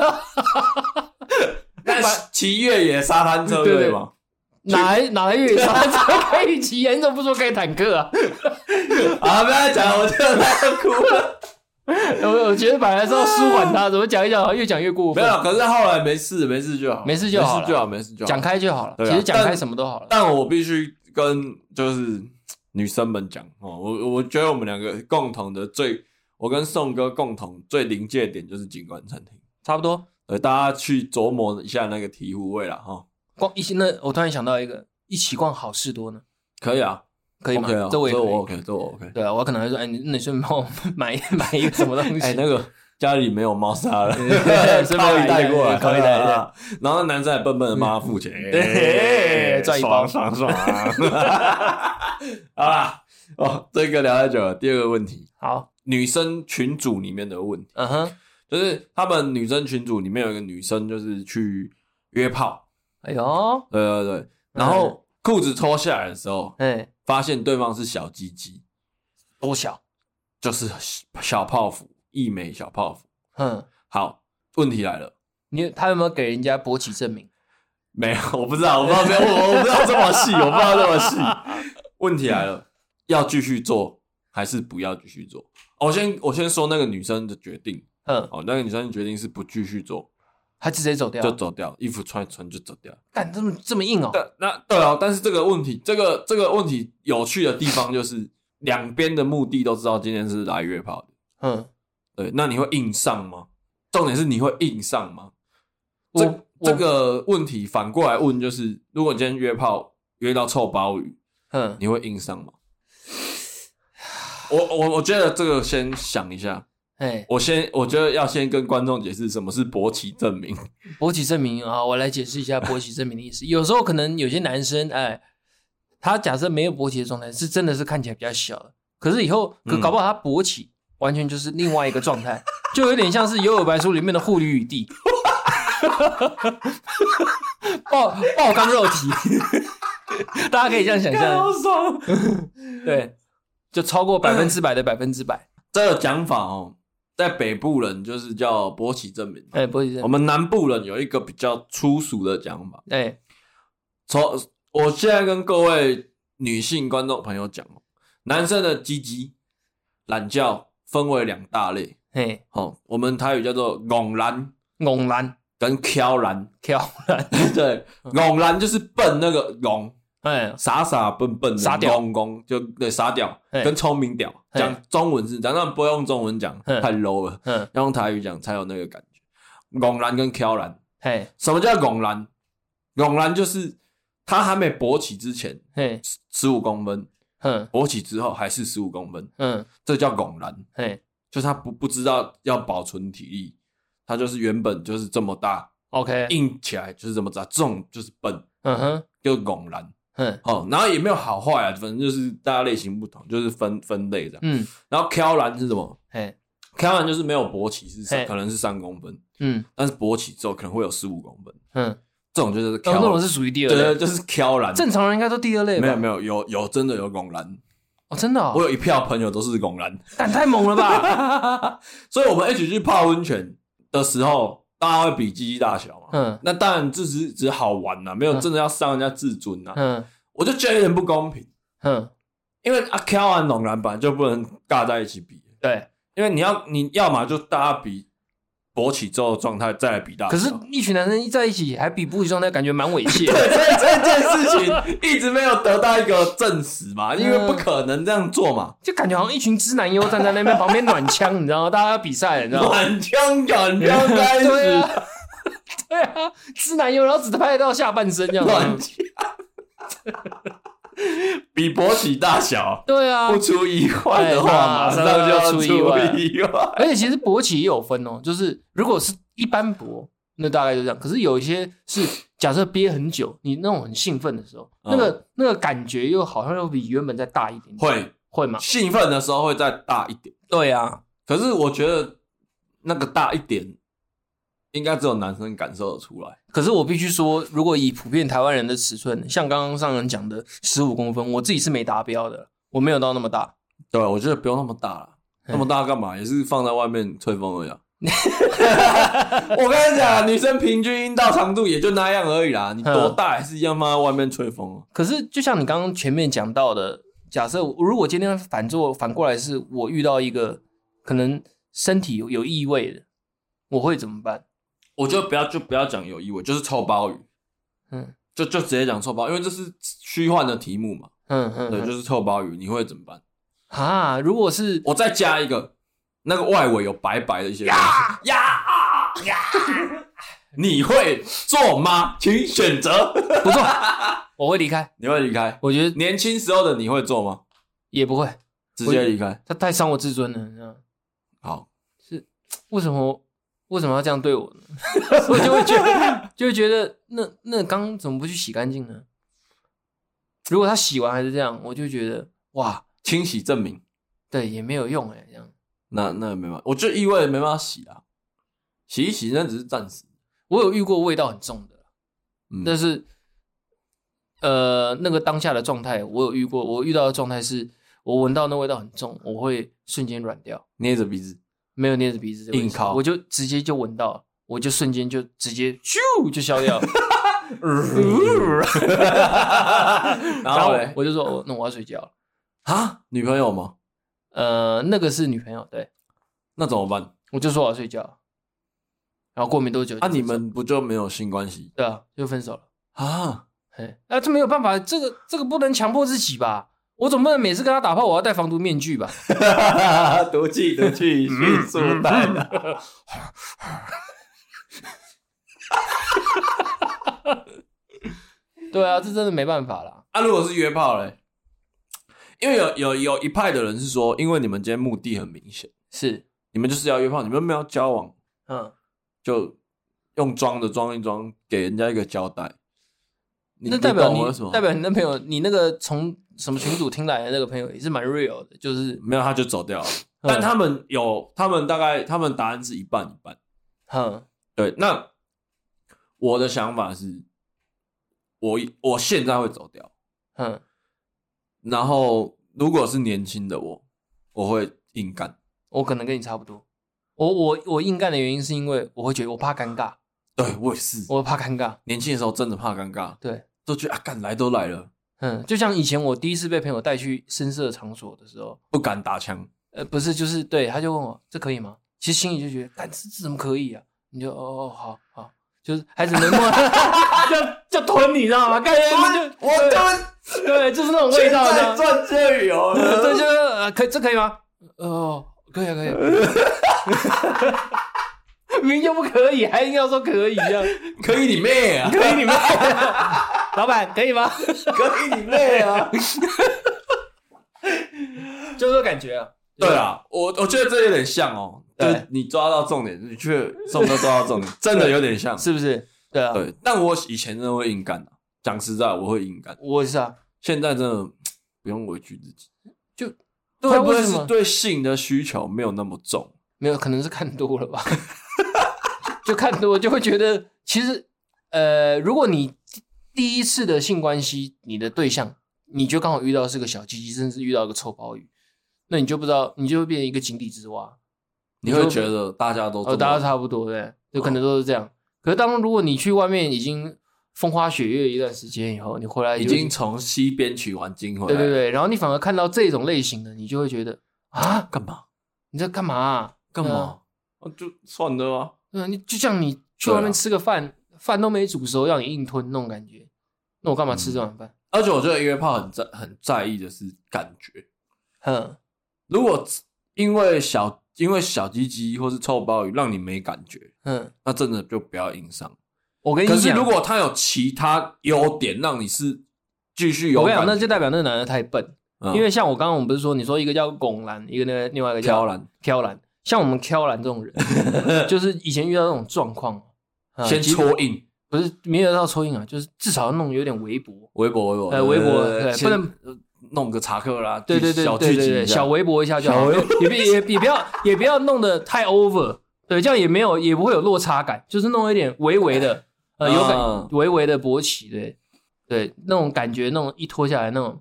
A: 但是骑越野沙滩车
B: 对
A: 对吗？
B: 哪来哪来 越野沙滩 可以骑？你怎么不说可以坦克啊？
A: 啊，不要再讲，我真的要哭了。
B: 我我觉得本来是要舒缓他，怎么讲一讲好像越讲越过
A: 没
B: 分？
A: 有，可是后来没事，没事就好，
B: 没事就好
A: 没事就好，没事就好。
B: 讲开就好了。
A: 对啊
B: 其实讲开
A: 但
B: 什么都好了。
A: 但我必须跟就是女生们讲哦，我我觉得我们两个共同的最，我跟宋哥共同最临界点就是景观餐厅。
B: 差不多。
A: 呃，大家去琢磨一下那个体护位了哈，
B: 逛一起，那我突然想到一个，一起逛好事多呢，
A: 可以啊，
B: 可以吗
A: OK 啊？
B: 这我也可以。
A: 我 OK，这我 OK。
B: 对啊，我可能会说，哎，你那你顺便帮我 买买一个什么东西？
A: 哎，那个 家里没有猫砂 了，
B: 顺便
A: 靠
B: 买
A: 一
B: 一袋
A: 袋过来，
B: 靠一袋
A: 啊。啊 然后那男生还笨笨的帮他付钱，
B: 对
A: 哎
B: 赚一包
A: 爽爽爽 啊。好啦，哦，这个聊太久了。第二个问题，
B: 好，
A: 女生群组里面的问题，
B: 嗯哼，
A: 就是他们女生群组里面有一个女生就是去约炮，
B: 哎呦，
A: 对对
B: 嗯
A: 对，然后裤子脱下来的时候，
B: 哎，
A: 发现对方是小鸡鸡，
B: 多小，
A: 就是小泡芙，一枚小泡芙。
B: 嗯，
A: 好，问题来了，
B: 你他有没有给人家勃起证明？
A: 没有，我不知道，我不知道，没有，我我不知道这么细，我不知道这么细。 问题来了，要继续做还是不要继续做？哦我先我先说那个女生的决定，
B: 嗯，
A: 哦，那个女生的决定是不继续做，
B: 他直接走掉，
A: 就走掉，衣服穿一穿就走掉。
B: 干这么这么硬哦，
A: 但那对哦，但是这个问题，这个这个问题有趣的地方就是两边的目的都知道今天是来约炮的。
B: 嗯，
A: 对，那你会硬上吗？重点是你会硬上吗？嗯这
B: 我
A: 这，个问题反过来问，就是如果你今天约炮约到臭鲍鱼，
B: 我嗯，
A: 你会硬上吗？ 我我我觉得这个先想一下，
B: 哎，
A: 我先我觉得要先跟观众解释什么是勃起证明。
B: 勃起证明啊，我来解释一下勃起证明的意思。有时候可能有些男生，哎，他假设没有勃起的状态，是真的是看起来比较小的，可是以后可
A: 嗯
B: 搞不好他勃起、完全就是另外一个状态，就有点像是《游泳白书》里面的护理与地， 爆爆缸肉体， 大家可以这样想象，
A: 爽！
B: 对，就超过百分之百的百分之百，
A: 这个讲法哦，在北部人就是叫勃起证明，
B: 哎，勃起证
A: 我
B: 明，
A: 们南部人有一个比较粗俗的讲法，
B: 哎，
A: 从我现在跟各位女性观众朋友讲哦，男生的鸡鸡懒觉分为两大类，
B: 嘿，
A: 哦，我们台语叫做“拱懒
B: 拱蓝”
A: 跟“挑懒
B: 挑蓝，”。
A: 对，“
B: 嗯
A: 拱懒”就是笨那个“拱
B: 哎”，，
A: 傻傻笨笨的
B: 傻屌
A: 拱拱就对傻屌
B: 嘿
A: 跟聪明屌。
B: 嘿
A: 讲中文是，当然不用中文讲，
B: 嗯
A: 太 low 了，
B: 嗯，
A: 要用台语讲才有那个感觉。拱懒跟挑懒，
B: 嘿，
A: 什么叫拱懒？拱懒就是他还没勃起之前
B: 嘿，
A: 十五公分，
B: 嗯。
A: 勃起之后还是十五公分，
B: 嗯，
A: 这叫拱然，
B: 嘿，
A: 就是他不不知道要保存体力，他就是原本就是这么大，
B: OK，
A: 硬起来就是这么渣，重就是笨，
B: 嗯哼，嗯
A: 就拱然。
B: 哼，
A: 哦，然后也没有好坏啊，反正就是大家类型不同，就是分分类这样。
B: 嗯，
A: 然后挑篮是什么？
B: 嘿，
A: 挑篮就是没有勃起是
B: 嘿
A: 三，可能是三公分，
B: 嗯
A: 但是勃起之后可能会有十五公分，
B: 哼，哦
A: 这种就是挑
B: 那
A: 篮。
B: 种是属于第二
A: 对对，
B: 类，
A: 就是挑篮。
B: 正常人应该都第二类吧？
A: 没有没
B: 有，
A: 有有有真的有拱篮，
B: 哦，真的哦，
A: 我有一票朋友都是拱 篮，
B: 但太猛了 吧？
A: 所以我们一起去泡温泉的时候，大家会比鸡鸡大小嘛。
B: 嗯
A: 那当然这只是只是好玩呐、没有
B: 嗯
A: 真的要伤人家自尊呐、
B: 嗯
A: 我就觉得有点不公平，
B: 哼，
A: 因为啊阿 Q 和拱篮本来就不能尬在一起比，
B: 对。
A: 因为你要你要么就大家比勃起之后的状态再来比大小，
B: 可是，一群男生在一起还比不起状态，感觉蛮猥亵 的。
A: 对，所以这件事情一直没有得到一个证实嘛，因为不可能这样做嘛。
B: 就感觉好像一群知男优站在那边旁边暖枪，你知道吗？大家要比赛，你知道吗？
A: 满腔感刚开始，
B: 对啊，对啊，知男优，然后只拍得到下半身这样
A: 乱
B: 子。
A: 讲，比勃起大小
B: 对啊
A: 不，出意外的话，
B: 哎
A: 马上就要出
B: 马上就
A: 意外。
B: 而且其实勃起也有分哦，就是如果是一般勃，那大概就这样。可是有一些是假设憋很久，你那种很兴奋的时候，
A: 嗯
B: 那个那个感觉又好像又比原本再大一点点。
A: 会
B: 会吗？
A: 兴奋的时候会再大一点，
B: 对啊，
A: 可是我觉得那个大一点，应该只有男生感受得出来。
B: 可是我必须说，如果以普遍台湾人的尺寸，像刚刚上人讲的十五公分，我自己是没达标的，我没有到那么大。
A: 对，啊我觉得不用那么大了，那么大干嘛？也是放在外面吹风 而已、啊。 我跟你讲，女生平均阴道长度也就那样而已啦，
B: 嗯
A: 你多大还是一样放在外面吹风、啊。
B: 可是就像你刚刚前面讲到的，假设如果今天反做反过来是我遇到一个可能身体有有异味的，我会怎么办？
A: 我觉得不要就不要讲有异味，就是臭鲍鱼，
B: 嗯
A: 就就直接讲臭鲍，因为这是虚幻的题目嘛。
B: 嗯嗯，
A: 对，就是臭鲍鱼，你会怎么办？
B: 啊，如果是
A: 我再加一个，那个外围有白白的一些东西呀啊呀，你会做吗？请选择。
B: 不错，我会离开。
A: 你会离开？
B: 我觉得
A: 年轻时候的你会做吗？
B: 也不会，
A: 直接离开。
B: 他太伤我自尊了。你知道吗
A: 好，
B: 为什么为什么要这样对 我呢？我就会觉得，就会觉得那那刚怎么不去洗干净呢？如果他洗完还是这样，我就觉得哇，
A: 清洗证明。
B: 对，也没有用哎、这样。
A: 那那没办法，我就意味着没办法洗啊，洗一洗那只是暂时。
B: 我有遇过味道很重的，
A: 嗯
B: 但是呃，那个当下的状态，我有遇过，我遇到的状态是我闻到那味道很重，我会瞬间软掉，
A: 捏着鼻子，
B: 没有捏着鼻子这个
A: 硬
B: 意思
A: 靠
B: 我就直接就闻到了，我就瞬间就直接咻就消掉了。
A: 嗯 然后嘞
B: 我就说，哦那我要睡觉了。
A: 啊，女朋友吗？
B: 呃，那个是女朋友，对
A: 那怎么办？
B: 我就说我要睡觉了，然后过没多久就
A: 啊，
B: 分手
A: 你们不就没有性关系
B: 对啊，就分手了。
A: 啊？
B: 嘿，那、这没有办法，这个这个不能强迫自己吧？我总不能每次跟他打炮，我要戴防毒面具吧？
A: 毒气，毒 气，迅速带的。
B: 对啊，这真的没办法啦。
A: 啊，如果是约炮嘞？因为有有有一派的人是说，因为你们今天目的很明显，
B: 是，
A: 你们就是要约炮，你们没有交往，
B: 嗯，
A: 就用装的装一装，给人家一个交代。你
B: 那代表
A: 你
B: 你
A: 懂我什么？
B: 代表你那朋友，你那个从什么群组听来的那个朋友也是蛮 real 的，就是
A: 没有他就走掉了。
B: 嗯
A: 但他们有，他们大概他们答案是一半一半。
B: 哼
A: 对，那我的想法是，我我现在会走掉，
B: 哼
A: 然后如果是年轻的我，我会硬干。
B: 我可能跟你差不多。我我我硬干的原因是因为我会觉得我怕尴尬，
A: 对我也是，
B: 我怕尴尬。
A: 年轻的时候真的怕尴尬，
B: 对，
A: 都觉得啊，干来都来了，
B: 嗯，就像以前我第一次被朋友带去深色场所的时候，
A: 不敢打枪。
B: 呃，不是，就是对，他就问我这可以吗？其实心里就觉得，干这这怎么可以啊？你就哦哦好好，就是孩子们默 就就吞你，知道吗？感觉就
A: 就
B: 对对，就是那种味道，你知道吗
A: 赚这哦有
B: 对，就是呃可以这可以吗？哦，可以啊， 可以啊。明明就不可以，还硬要说可以这样，
A: 可以你妹啊！
B: 可以你们老板可以 吗？
A: 可以你妹 啊！
B: 就这个感觉啊。啊
A: 对啊，我我觉得这有点像哦，就
B: 对
A: 是你抓到重点，你却什么都抓到重 点，真的有点像。
B: 是不是？对啊，
A: 对，但我以前真的会硬干的、讲实在，我会硬干，
B: 我也是啊，
A: 现在真的不用委屈自己。
B: 就
A: 会不
B: 不
A: 会
B: 知道为什
A: 是
B: 么
A: 对性的需求没有那么重？
B: 没有，可能是看多了吧， 就看多就会觉得，其实呃，如果你第一次的性关系，你的对象你就刚好遇到是个小鸡鸡，甚至遇到一个臭鲍鱼，那你就不知道，你就会变成一个井底之蛙，
A: 你会觉得大家都这
B: 哦，
A: 么
B: 大家差不多对，就可能
A: 哦
B: 都是这样。可是当如果你去外面已经风花雪月一段时间以后，你回来
A: 已
B: 就
A: 经从西边取完经回来，
B: 对对，对，然后你反而看到这种类型的，你就会觉得啊，
A: 干嘛
B: 你在干嘛啊、
A: 干
B: 对啊
A: 嘛？啊就算了啊，
B: 嗯，你就像你去
A: 对啊
B: 外面吃个饭，饭都没煮熟，让你硬吞那种感觉，那我干嘛吃这
A: 嗯
B: 碗饭？
A: 而且我觉得约炮很在很在意的是感觉。
B: 哼，
A: 如果只因为小因为小鸡鸡或是臭鲍鱼让你没感觉，
B: 嗯，
A: 那真的就不要硬上。
B: 我跟你
A: 可
B: 讲，
A: 是如果他有其他优点让你是继续有
B: 我跟你
A: 感
B: 讲，
A: 觉，
B: 那就代表那个男的太笨，
A: 嗯
B: 因为像我刚刚我们不是说，你说一个叫拱男，一个那个另外一个叫
A: 挑篮
B: 挑篮，像我们挑篮 这种人，就是以前遇到那种状况，啊
A: 嗯先
B: 其实
A: 戳硬，
B: 不是没有到抽印啊，就是至少要弄有点微薄，
A: 微博微博，
B: 呃微博对
A: 先
B: 不能
A: 呃弄个查克啦，
B: 对对对
A: 小
B: 对
A: 聚集
B: 对
A: 一
B: 对，
A: 下
B: 小微博一下就好，
A: 小微
B: 也别也也不要也不要弄得太 over，对，这样也没有也不会有落差感，就是弄一点微微的，呃，有
A: 嗯
B: 感微微的勃起，对对，那种感觉，那种一脱下来那种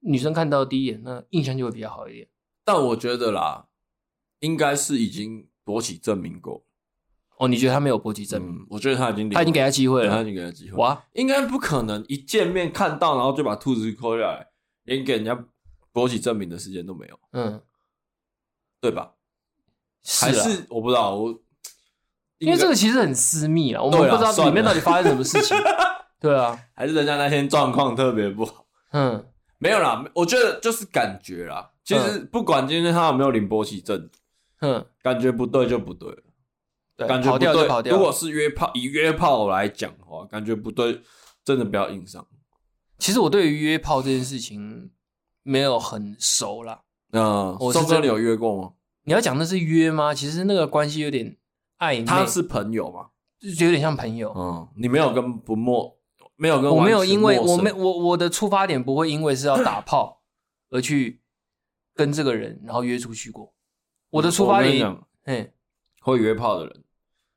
B: 女生看到第一眼，那印象就会比较好一点。
A: 但我觉得啦，应该是已经勃起证明过，
B: 哦，你觉得他没有勃起症，
A: 嗯，我觉得他已经领
B: 他已经给他机会
A: 对他
B: 了
A: 已，经给他机会，
B: 哇，
A: 应该不可能一见面看到然后就把兔子抠下来，连给人家勃起证明的时间都没有，
B: 嗯，
A: 对吧？
B: 是
A: 还
B: 啊。
A: 是我不知道，我
B: 因为这
A: 应
B: 个其实很私密啊，我们
A: 对啊
B: 不知道里
A: 算
B: 面
A: 了
B: 到底发生什么 事情。对啊，
A: 该还是人家那天状况特别不好，
B: 嗯，
A: 没有啦，我觉得就是感觉啦，其实不管今天他有没有领勃起证，
B: 嗯，
A: 感觉不对就不对了。
B: 对，
A: 感觉
B: 跑
A: 不
B: 掉
A: 对。
B: 就跑掉。
A: 如果是约炮，以约炮来讲的话，感觉不对，真的不要硬上。
B: 其实我对于约炮这件事情没有很熟啦。
A: 嗯，
B: 我是
A: 松哥，
B: 真
A: 你有约过吗？
B: 你要讲的是约吗？其实那个关系有点暧昧，
A: 他是朋友嘛？
B: 就是有点像朋友。
A: 嗯，你没有跟不陌，没有跟
B: 我没有
A: 嗯完全
B: 因为
A: 陌生
B: 我没我我的出发点不会因为是要打炮而去跟这个人然后约出去过。我的出发
A: 嗯跟你
B: 点，
A: 讲
B: 哎，
A: 会约炮的人，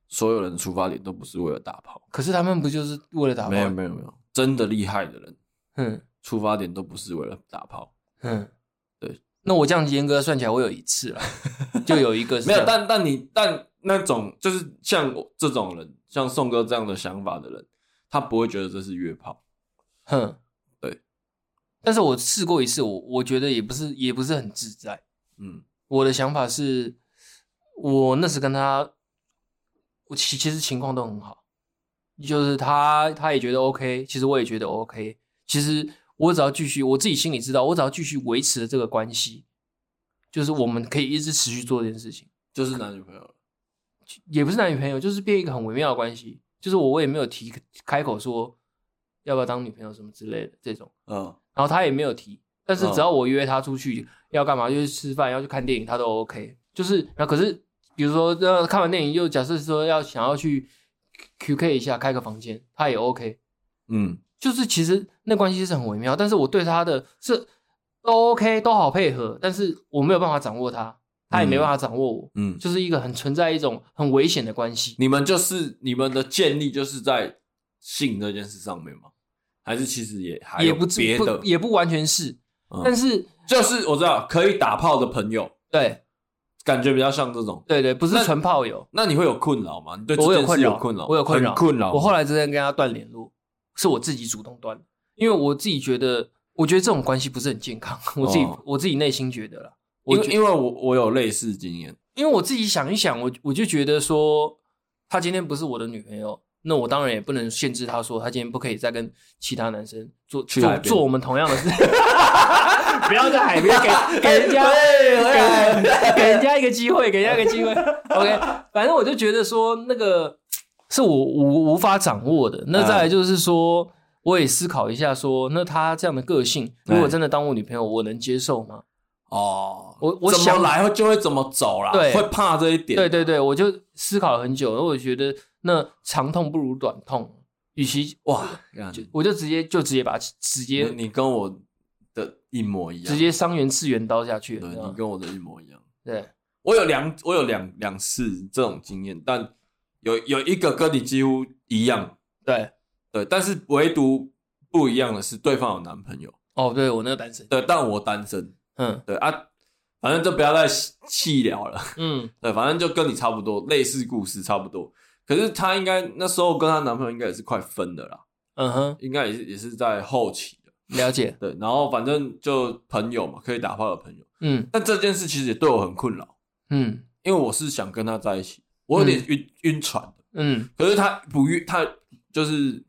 A: 所有人的出发点都不是为了打炮，
B: 可是他们不就是为了打炮？
A: 没有没有没有，真的厉害的人
B: 嗯
A: 出发点都不是为了打炮，
B: 嗯，
A: 对。
B: 那我这样严格算起来，我有一次 了，就有一个是啊
A: 没有。
B: 这
A: 但
B: 样
A: 但你但那种就是像我这种人，像宋哥这样的想法的人，他不会觉得这是约炮。
B: 哼，
A: 对。
B: 但是我试过一次，我我觉得也不是也不是很自在。
A: 嗯
B: 我的想法是，我那时跟他，我其其实情况都很好，就是他他也觉得 OK，其实我也觉得 OK。其实我只要继续，我自己心里知道，我只要继续维持这个关系，就是我们可以一直持续做这件事情，
A: 就是男女朋友了。
B: 也不是男女朋友，就是变一个很微妙的关系。就是我我也没有提开口说要不要当女朋友什么之类的这种，
A: 嗯，
B: 然后他也没有提。但是
A: 嗯
B: 只要我约他出去、要干嘛，就去吃饭，要去看电影，他都 OK。就是，然后可是比如说，呃，看完电影又假设说要想要去 QK 一下，开个房间，他也 OK。
A: 嗯，
B: 就是其实那关系是很微妙，但是我对他的是都 OK，都好配合，但是我没有办法掌握他，他也没办法掌握我，
A: 嗯，
B: 就是一个很存在一种很危险的关系。
A: 你们就是你们的建立就是在性这件事上面吗？还是其实也还有
B: 也不至
A: 别的
B: 不？也不完全是，
A: 嗯
B: 但是
A: 就是我知道可以打炮的朋友，
B: 对
A: 感觉比较像这种。
B: 对对，不是
A: 那
B: 纯炮友。
A: 那你会有困扰吗？你对这
B: 我
A: 件
B: 有
A: 事
B: 困扰，
A: 困扰，
B: 我有困扰，
A: 很困扰。
B: 我后来真的跟他断联络，是我自己主动断，因为我自己觉得，我觉得这种关系不是很健康， 我自己、
A: 哦
B: 我自己内心觉得啦，我
A: 因为
B: 觉
A: 因为我我有类似经验，
B: 因为我自己想一想，我我就觉得说，她今天不是我的女朋友，那我当然也不能限制她说她今天不可以再跟其他男生做
A: 去海
B: 做
A: 边
B: 做我们同样的事。不要在海边给给人家给给人家一个机会，给人家一个 机会。OK，反正我就觉得说那个是我无无法掌握的。那再来就是说，我也思考一下说，那她这样的个性，如果真的当我女朋友，我能接受吗？
A: 哦，
B: 我我
A: 怎
B: 想
A: 么来会就会怎么走啦，
B: 对
A: 会怕这一点，
B: 对对对，我就思考了很久，然后我觉得那长痛不如短痛，与其
A: 哇，
B: 就我就直接就直接把它直
A: 你
B: 接
A: 你跟我的一模一样，
B: 直接啊伤员次元刀下去了，
A: 对
B: 你知道
A: 你
B: 吗
A: 跟我的一模一样。
B: 对
A: 我有两我有两两次这种经验，但有有一个跟你几乎一样，
B: 对
A: 对，但是唯独不一样的是对方有男朋友，
B: 哦，对我那个单身，
A: 对，但我单身，
B: 嗯
A: 对啊，反正就不要再细细聊了。
B: 嗯
A: 对，反正就跟你差不多，类似故事差不多。可是她应该那时候跟她男朋友应该也是快分的啦，
B: 嗯哼，
A: 应该也是也是在后期的。
B: 了解，
A: 对，然后反正就朋友嘛，可以打炮的朋友。
B: 嗯
A: 但这件事其实也对我很困扰，
B: 嗯
A: 因为我是想跟她在一起，我有点晕、晕船的。
B: 嗯
A: 可是她不晕，她就是，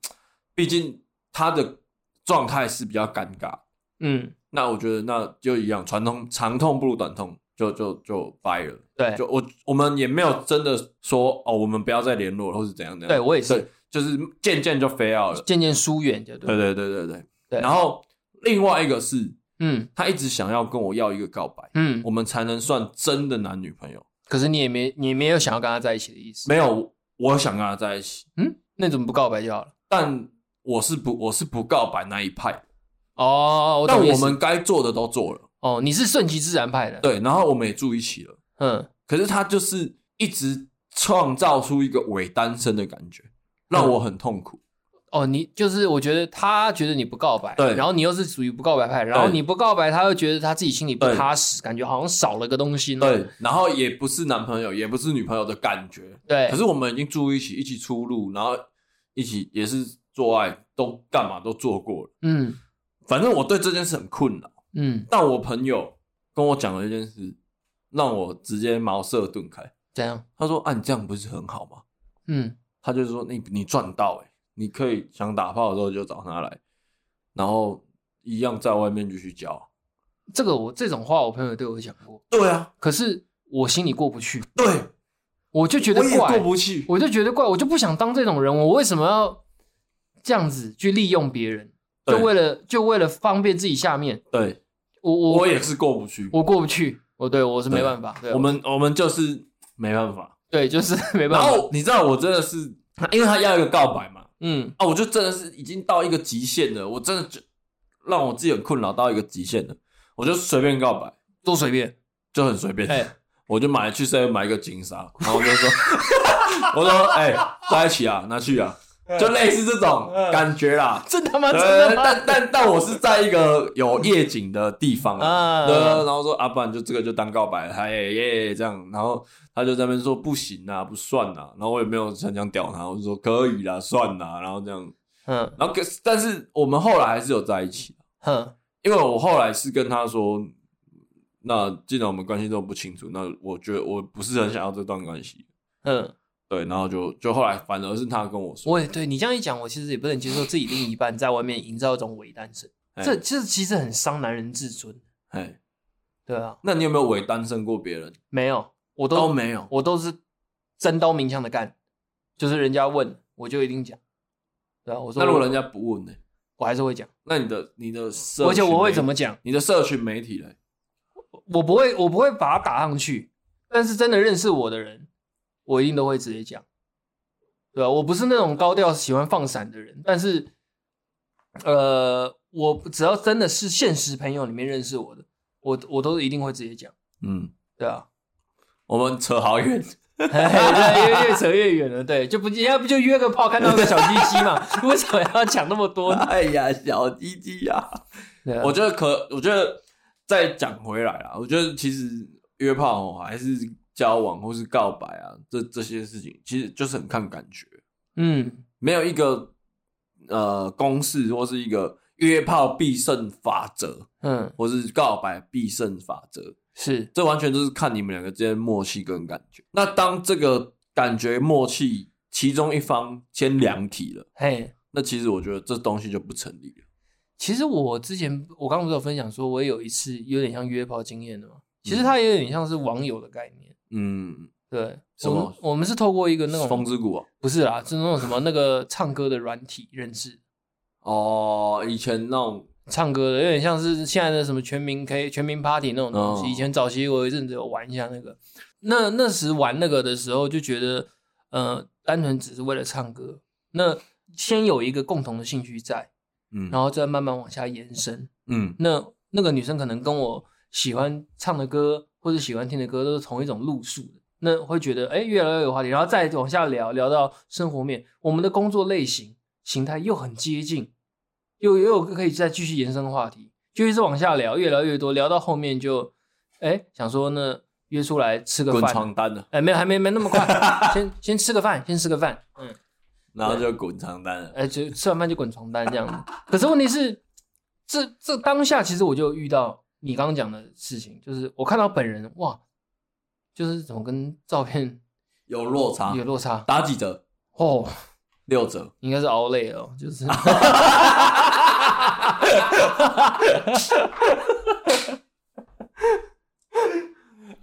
A: 毕竟她的状态是比较尴尬。
B: 嗯，
A: 那我觉得那就一样，传统长痛不如短痛，就就就掰了。
B: 对
A: 就我我们也没有真的说哦，我们不要再联络了，或是怎样怎样。
B: 对，我也是
A: 对，就是渐渐就飞 out 了。
B: 渐渐疏远，就
A: 对
B: 对，
A: 对对对对。
B: 对
A: 然后另外一个是，
B: 嗯
A: 他一直想要跟我要一个告白，
B: 嗯，
A: 我们才能算真的男女朋友。
B: 可是你也没你没有想要跟他在一起的意思，
A: 没有，我想跟他在一起，
B: 嗯，那你怎么不告白就好了？
A: 但我是不我是不告白那一派，
B: 哦，
A: 但
B: 懂意
A: 我
B: 思
A: 们该做的都做了，
B: 哦，你是顺其自然派的，，
A: 对，然后我们也住一起了。
B: 嗯
A: 可是他就是一直创造出一个伪单身的感觉，让我很痛苦。
B: 哦，你就是我觉得他觉得你不告白，
A: 对
B: 然后你又是属于不告白派，然后
A: 对
B: 你不告白，他又觉得他自己心里不
A: 对
B: 踏实，感觉好像少了个东西呢。
A: 对，然后也不是男朋友，也不是女朋友的感觉。
B: 对，
A: 可是我们已经住一起，一起出入，然后一起也是做爱，都干嘛都做过了。
B: 嗯
A: 反正我对这件事很困扰。
B: 嗯，
A: 但我朋友跟我讲了一件事，让我直接茅塞顿开。
B: 怎样？
A: 他说：“啊，你这样不是很好吗
B: 嗯？”
A: 他就说：“你你赚到哎、你可以想打炮的时候就找他来，然后一样在外面继续交啊。”
B: 这个我这种话我朋友对我讲过，
A: 对啊，
B: 可是我心里过不去，
A: 对，
B: 我就觉得
A: 我也
B: 怪
A: 过，不去。
B: 我就觉得怪，我就不想当这种人，我为什么要这样子去利用别人？就
A: 对
B: 为了就为了方便自己下面，
A: 对，
B: 我我
A: 我也是过不去。
B: 我过不去，我对我是没
A: 对
B: 办法，对啊
A: 我们我们就是没办法。
B: 对啊就是 没
A: 然
B: 办法，
A: 后你知道，我真的是因为他要一个告白嘛，
B: 嗯
A: 啊，我就真的是已经到一个极限了，我真的就让我自己很困扰到一个极限了，我就随便告白，
B: 都随便，
A: 就很随便，
B: 哎、
A: 我就买去 seven 买一个金沙，然后我就说， 我说哎、在一起啊，拿去 啊，就类似这种
B: 嗯
A: 感觉啦。
B: 真他 妈真
A: 呃
B: 的，吗？
A: 但但但我是在一个有夜景的地方啊，
B: 啊
A: 对然后说啊，不然就这个就当告白，哎耶这样，然后他就在那边说不行啊，不算啊，然后我也没有想想屌他，我就说可以啦，算啦，然后这样，
B: 嗯
A: 然后可是但是我们后来还是有在一起，啊
B: 哼，
A: 因为我后来是跟他说，那既然我们关系都不清楚，那我觉得我不是很想要这段关系，
B: 嗯，
A: 对，然后就就后来反而是他跟我说，
B: 我也对你这样一讲，我其实也不能接受自己另一半在外面营造一种伪单身，
A: 哎
B: 这这其实很伤男人自尊，
A: 哎，
B: 对啊，
A: 那你有没有伪单身过别人？
B: 没有，我都
A: 都没有，
B: 我都是真刀明枪的干，就是人家问我就一定讲，对啊，我说
A: 那如果
B: 我
A: 人家不问呢、
B: 我还是会讲，
A: 那你的你的社，
B: 而且我会怎？么讲，
A: 你的社群媒体嘞？
B: 我不会我不会把它打上去，但是真的认识我的人，我一定都会直接讲，对啊，我不是那种高调喜欢放闪的人，但是，呃，我只要真的是现实朋友里面认识我的，我我都一定会直接讲，
A: 嗯，
B: 对啊，
A: 我们扯好远。
B: 哎对，越越扯越远了，对，就不人家不就约个炮看到个小鸡鸡 嘛，为什么要讲那么多呢？
A: 哎呀，小鸡鸡呀！
B: 对啊
A: 我觉得可，我觉得再讲回来啦，我觉得其实约炮哦，还是交往或是告白啊，这这些事情其实就是很看感觉，
B: 嗯，
A: 没有一个呃公式或是一个约炮必胜法则，
B: 嗯，
A: 或是告白必胜法则，
B: 是，
A: 这完全就是看你们两个之间默契跟感觉。那当这个感觉默契其中一方先量体了，
B: 嘿，
A: 那其实我觉得这东西就不成立了。
B: 其实我之前我刚刚不是有分享说，我也有一次有点像约炮经验的嘛，其实它也有点像是网友的概念，
A: 嗯，
B: 对，
A: 什么
B: 我们我们是透过一个那
A: 风
B: 种
A: 之谷哦
B: 不是啦，是那种什么那个唱歌的软体认识，
A: 哦，以前那种
B: 唱歌的，有点像是现在的什么全民 K、全民 Party 那种东西。
A: 哦
B: 以前早期我有一阵子有玩一下那个，那那时玩那个的时候就觉得，呃，单纯只是为了唱歌。那先有一个共同的兴趣在，
A: 嗯
B: 然后再慢慢往下延伸。
A: 嗯
B: 那那个女生可能跟我喜欢唱的歌或者喜欢听的歌都是同一种路数的，那会觉得哎、诶越来越有话题，然后再往下聊聊到生活面，我们的工作类型形态又很接近，又又有可以再继续延伸的话题，就一直往下聊，越来越多，聊到后面就哎、诶想说呢约出来吃个
A: 滚
B: 饭，
A: 床单了，
B: 哎、没有还没没那么快，先先吃个饭，先吃个饭，嗯。
A: 然后就滚床单了。
B: 呃，就吃完饭就滚床单这样子。可是问题是，这这当下其实我就遇到你刚刚讲的事情，就是我看到本人哇，就是怎么跟照片
A: 有落差
B: 有，落差
A: 打几折？
B: 哦，
A: 六折。
B: 应该是熬累了哦，就是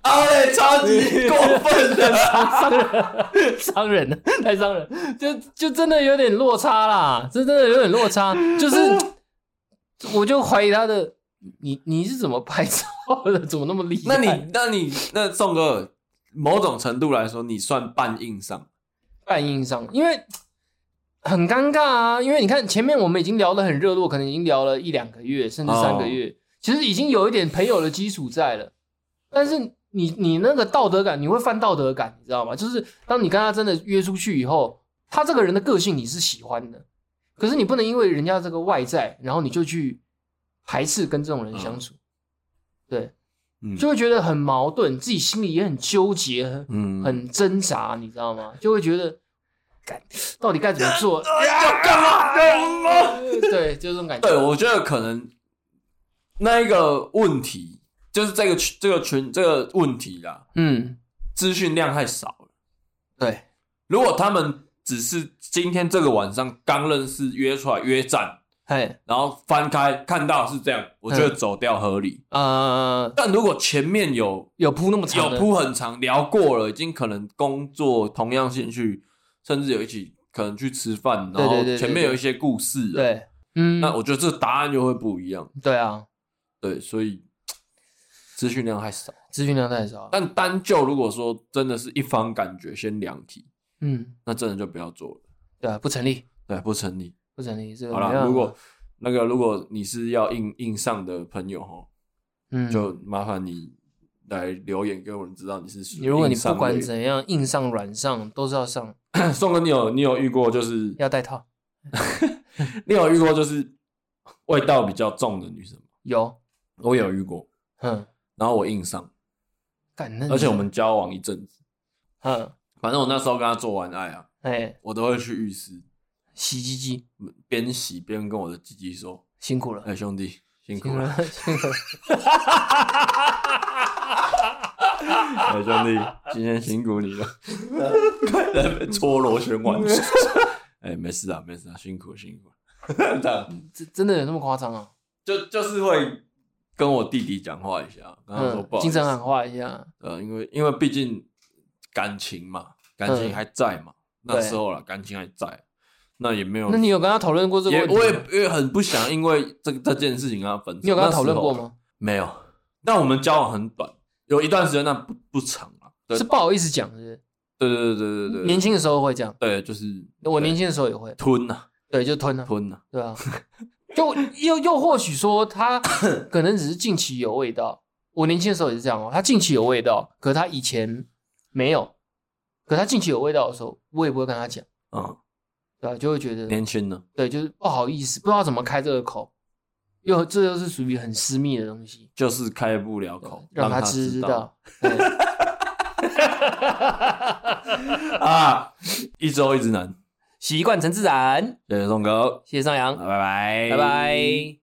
A: 啊嘞，超 级过分的，
B: 伤人，伤人了，太伤人，就就真的有点落差啦，这真的有点落差，就是我就怀疑他的。你你是怎么拍照的？怎么那么厉
A: 那
B: 害？
A: 你那你那宋哥，某种程度来说，你算半硬上。
B: 半硬伤，因为很尴尬啊。因为你看前面我们已经聊得很热络，可能已经聊了一两个月，甚至三个月，其实已经有一点朋友的基础在了。但是你你那个道德感，你会犯道德感，你知道吗？就是当你跟他真的约出去以后，他这个人的个性你是喜欢的，可是你不能因为人家这个外在，然后你就去排斥跟这种人相处，
A: 嗯
B: 就会觉得很矛盾，自己心里也很纠结，很
A: 嗯
B: 很挣扎，你知道吗？就会觉得，干到底该怎么做？
A: 要哎干嘛干 嘛？
B: 对，就这种感觉。
A: 对，我觉得可能那一个问题就是这个群这个群这个问题啦，
B: 嗯，
A: 资讯量太少了。
B: 对，
A: 如果他们只是今天这个晚上刚认识约出来约战，
B: 嘿，
A: 然后翻开看到是这样，我觉得
B: 嗯
A: 走掉合理。
B: 呃，
A: 但如果前面有
B: 有铺那么长
A: 有
B: 的，
A: 铺很长聊过了，已经可能工作同样兴趣，甚至有一起可能去吃饭，
B: 对
A: 然
B: 对
A: 后
B: 对对
A: 前面有一些故事了，
B: 对，嗯，
A: 那我觉得这答案就会不一样。
B: 对啊，
A: 对，所以资讯量还少。
B: 资讯量太少。
A: 但单就如果说真的是一方感觉先量体，
B: 嗯，
A: 那真的就不要做了，
B: 对啊，不成立，
A: 对，不成立。
B: 不成立。这个
A: 好
B: 没办
A: 啦，
B: 法
A: 如果那个如果你是要硬硬上的朋友哈，
B: 嗯，
A: 就麻烦你来留言给我们知道你是。
B: 你如果你不管，怎样硬上软上都是要上，
A: 宋哥，你有你有遇过就是
B: 要带套。
A: 你有遇过就是味道比较重的女生吗？
B: 有，
A: 我有遇过，
B: 嗯，
A: 然后我硬上，
B: 干那，
A: 而且我，们交往一阵子，
B: 嗯，
A: 反正我那时候跟她做完爱啊，
B: 哎，
A: 我都会去浴室
B: 洗鸡鸡，
A: 边洗边跟我的鸡鸡说
B: 辛苦：“了
A: 哎、，兄弟，辛
B: 辛
A: 苦
B: 苦
A: 了
B: 了，，辛苦了，
A: 哎、兄弟，今天辛苦你 了。”在那边搓螺旋丸。 哎、没事啊，没事啊，辛苦辛苦。 这样
B: 这真的有那么夸张啊？
A: 就就是会跟我弟弟讲话一下，跟他说
B: 嗯
A: 啊不，好意
B: 精
A: 思，
B: 神喊话一下，
A: 呃，因为因为毕竟感情嘛，感
B: 嗯
A: 情还在嘛，那时候了，感情还在，那也没有。
B: 那你有跟他讨论过这个
A: 哦也
B: 问题
A: 我
B: 吗？
A: 也也很不想因为这个这件事情跟他分手。
B: 你有跟他
A: 那时候
B: 讨论过？吗？
A: 没有，但我们交往很短，有一段时间，但不不长啊。对
B: 是不好意思讲，是不是？
A: 对对对对对
B: 年
A: 对，
B: 轻的时候会这样，
A: 对就是
B: 我
A: 对
B: 年轻的时候也会，
A: 吞呐、
B: 对，就 吞了，
A: 吞呐、
B: 对啊，就又又或许说他可能只是近期有味道，我年轻的时候也是这样哦，他近期有味道，可他以前没有，可他近期有味道的时候，我也不会跟他讲，对吧？就会觉
A: 嗯，
B: 得
A: 年轻呢，
B: 对，就是不好意思，不知道怎么开这个口，又这又是属于很私密的东西，
A: 就是开不了口，
B: 让
A: 他
B: 他知
A: 道
B: 道， 对
A: 啊。一周一直难，
B: 习惯成自然。
A: 谢谢宋哥，
B: 谢谢张扬，
A: 拜拜，
B: 拜拜。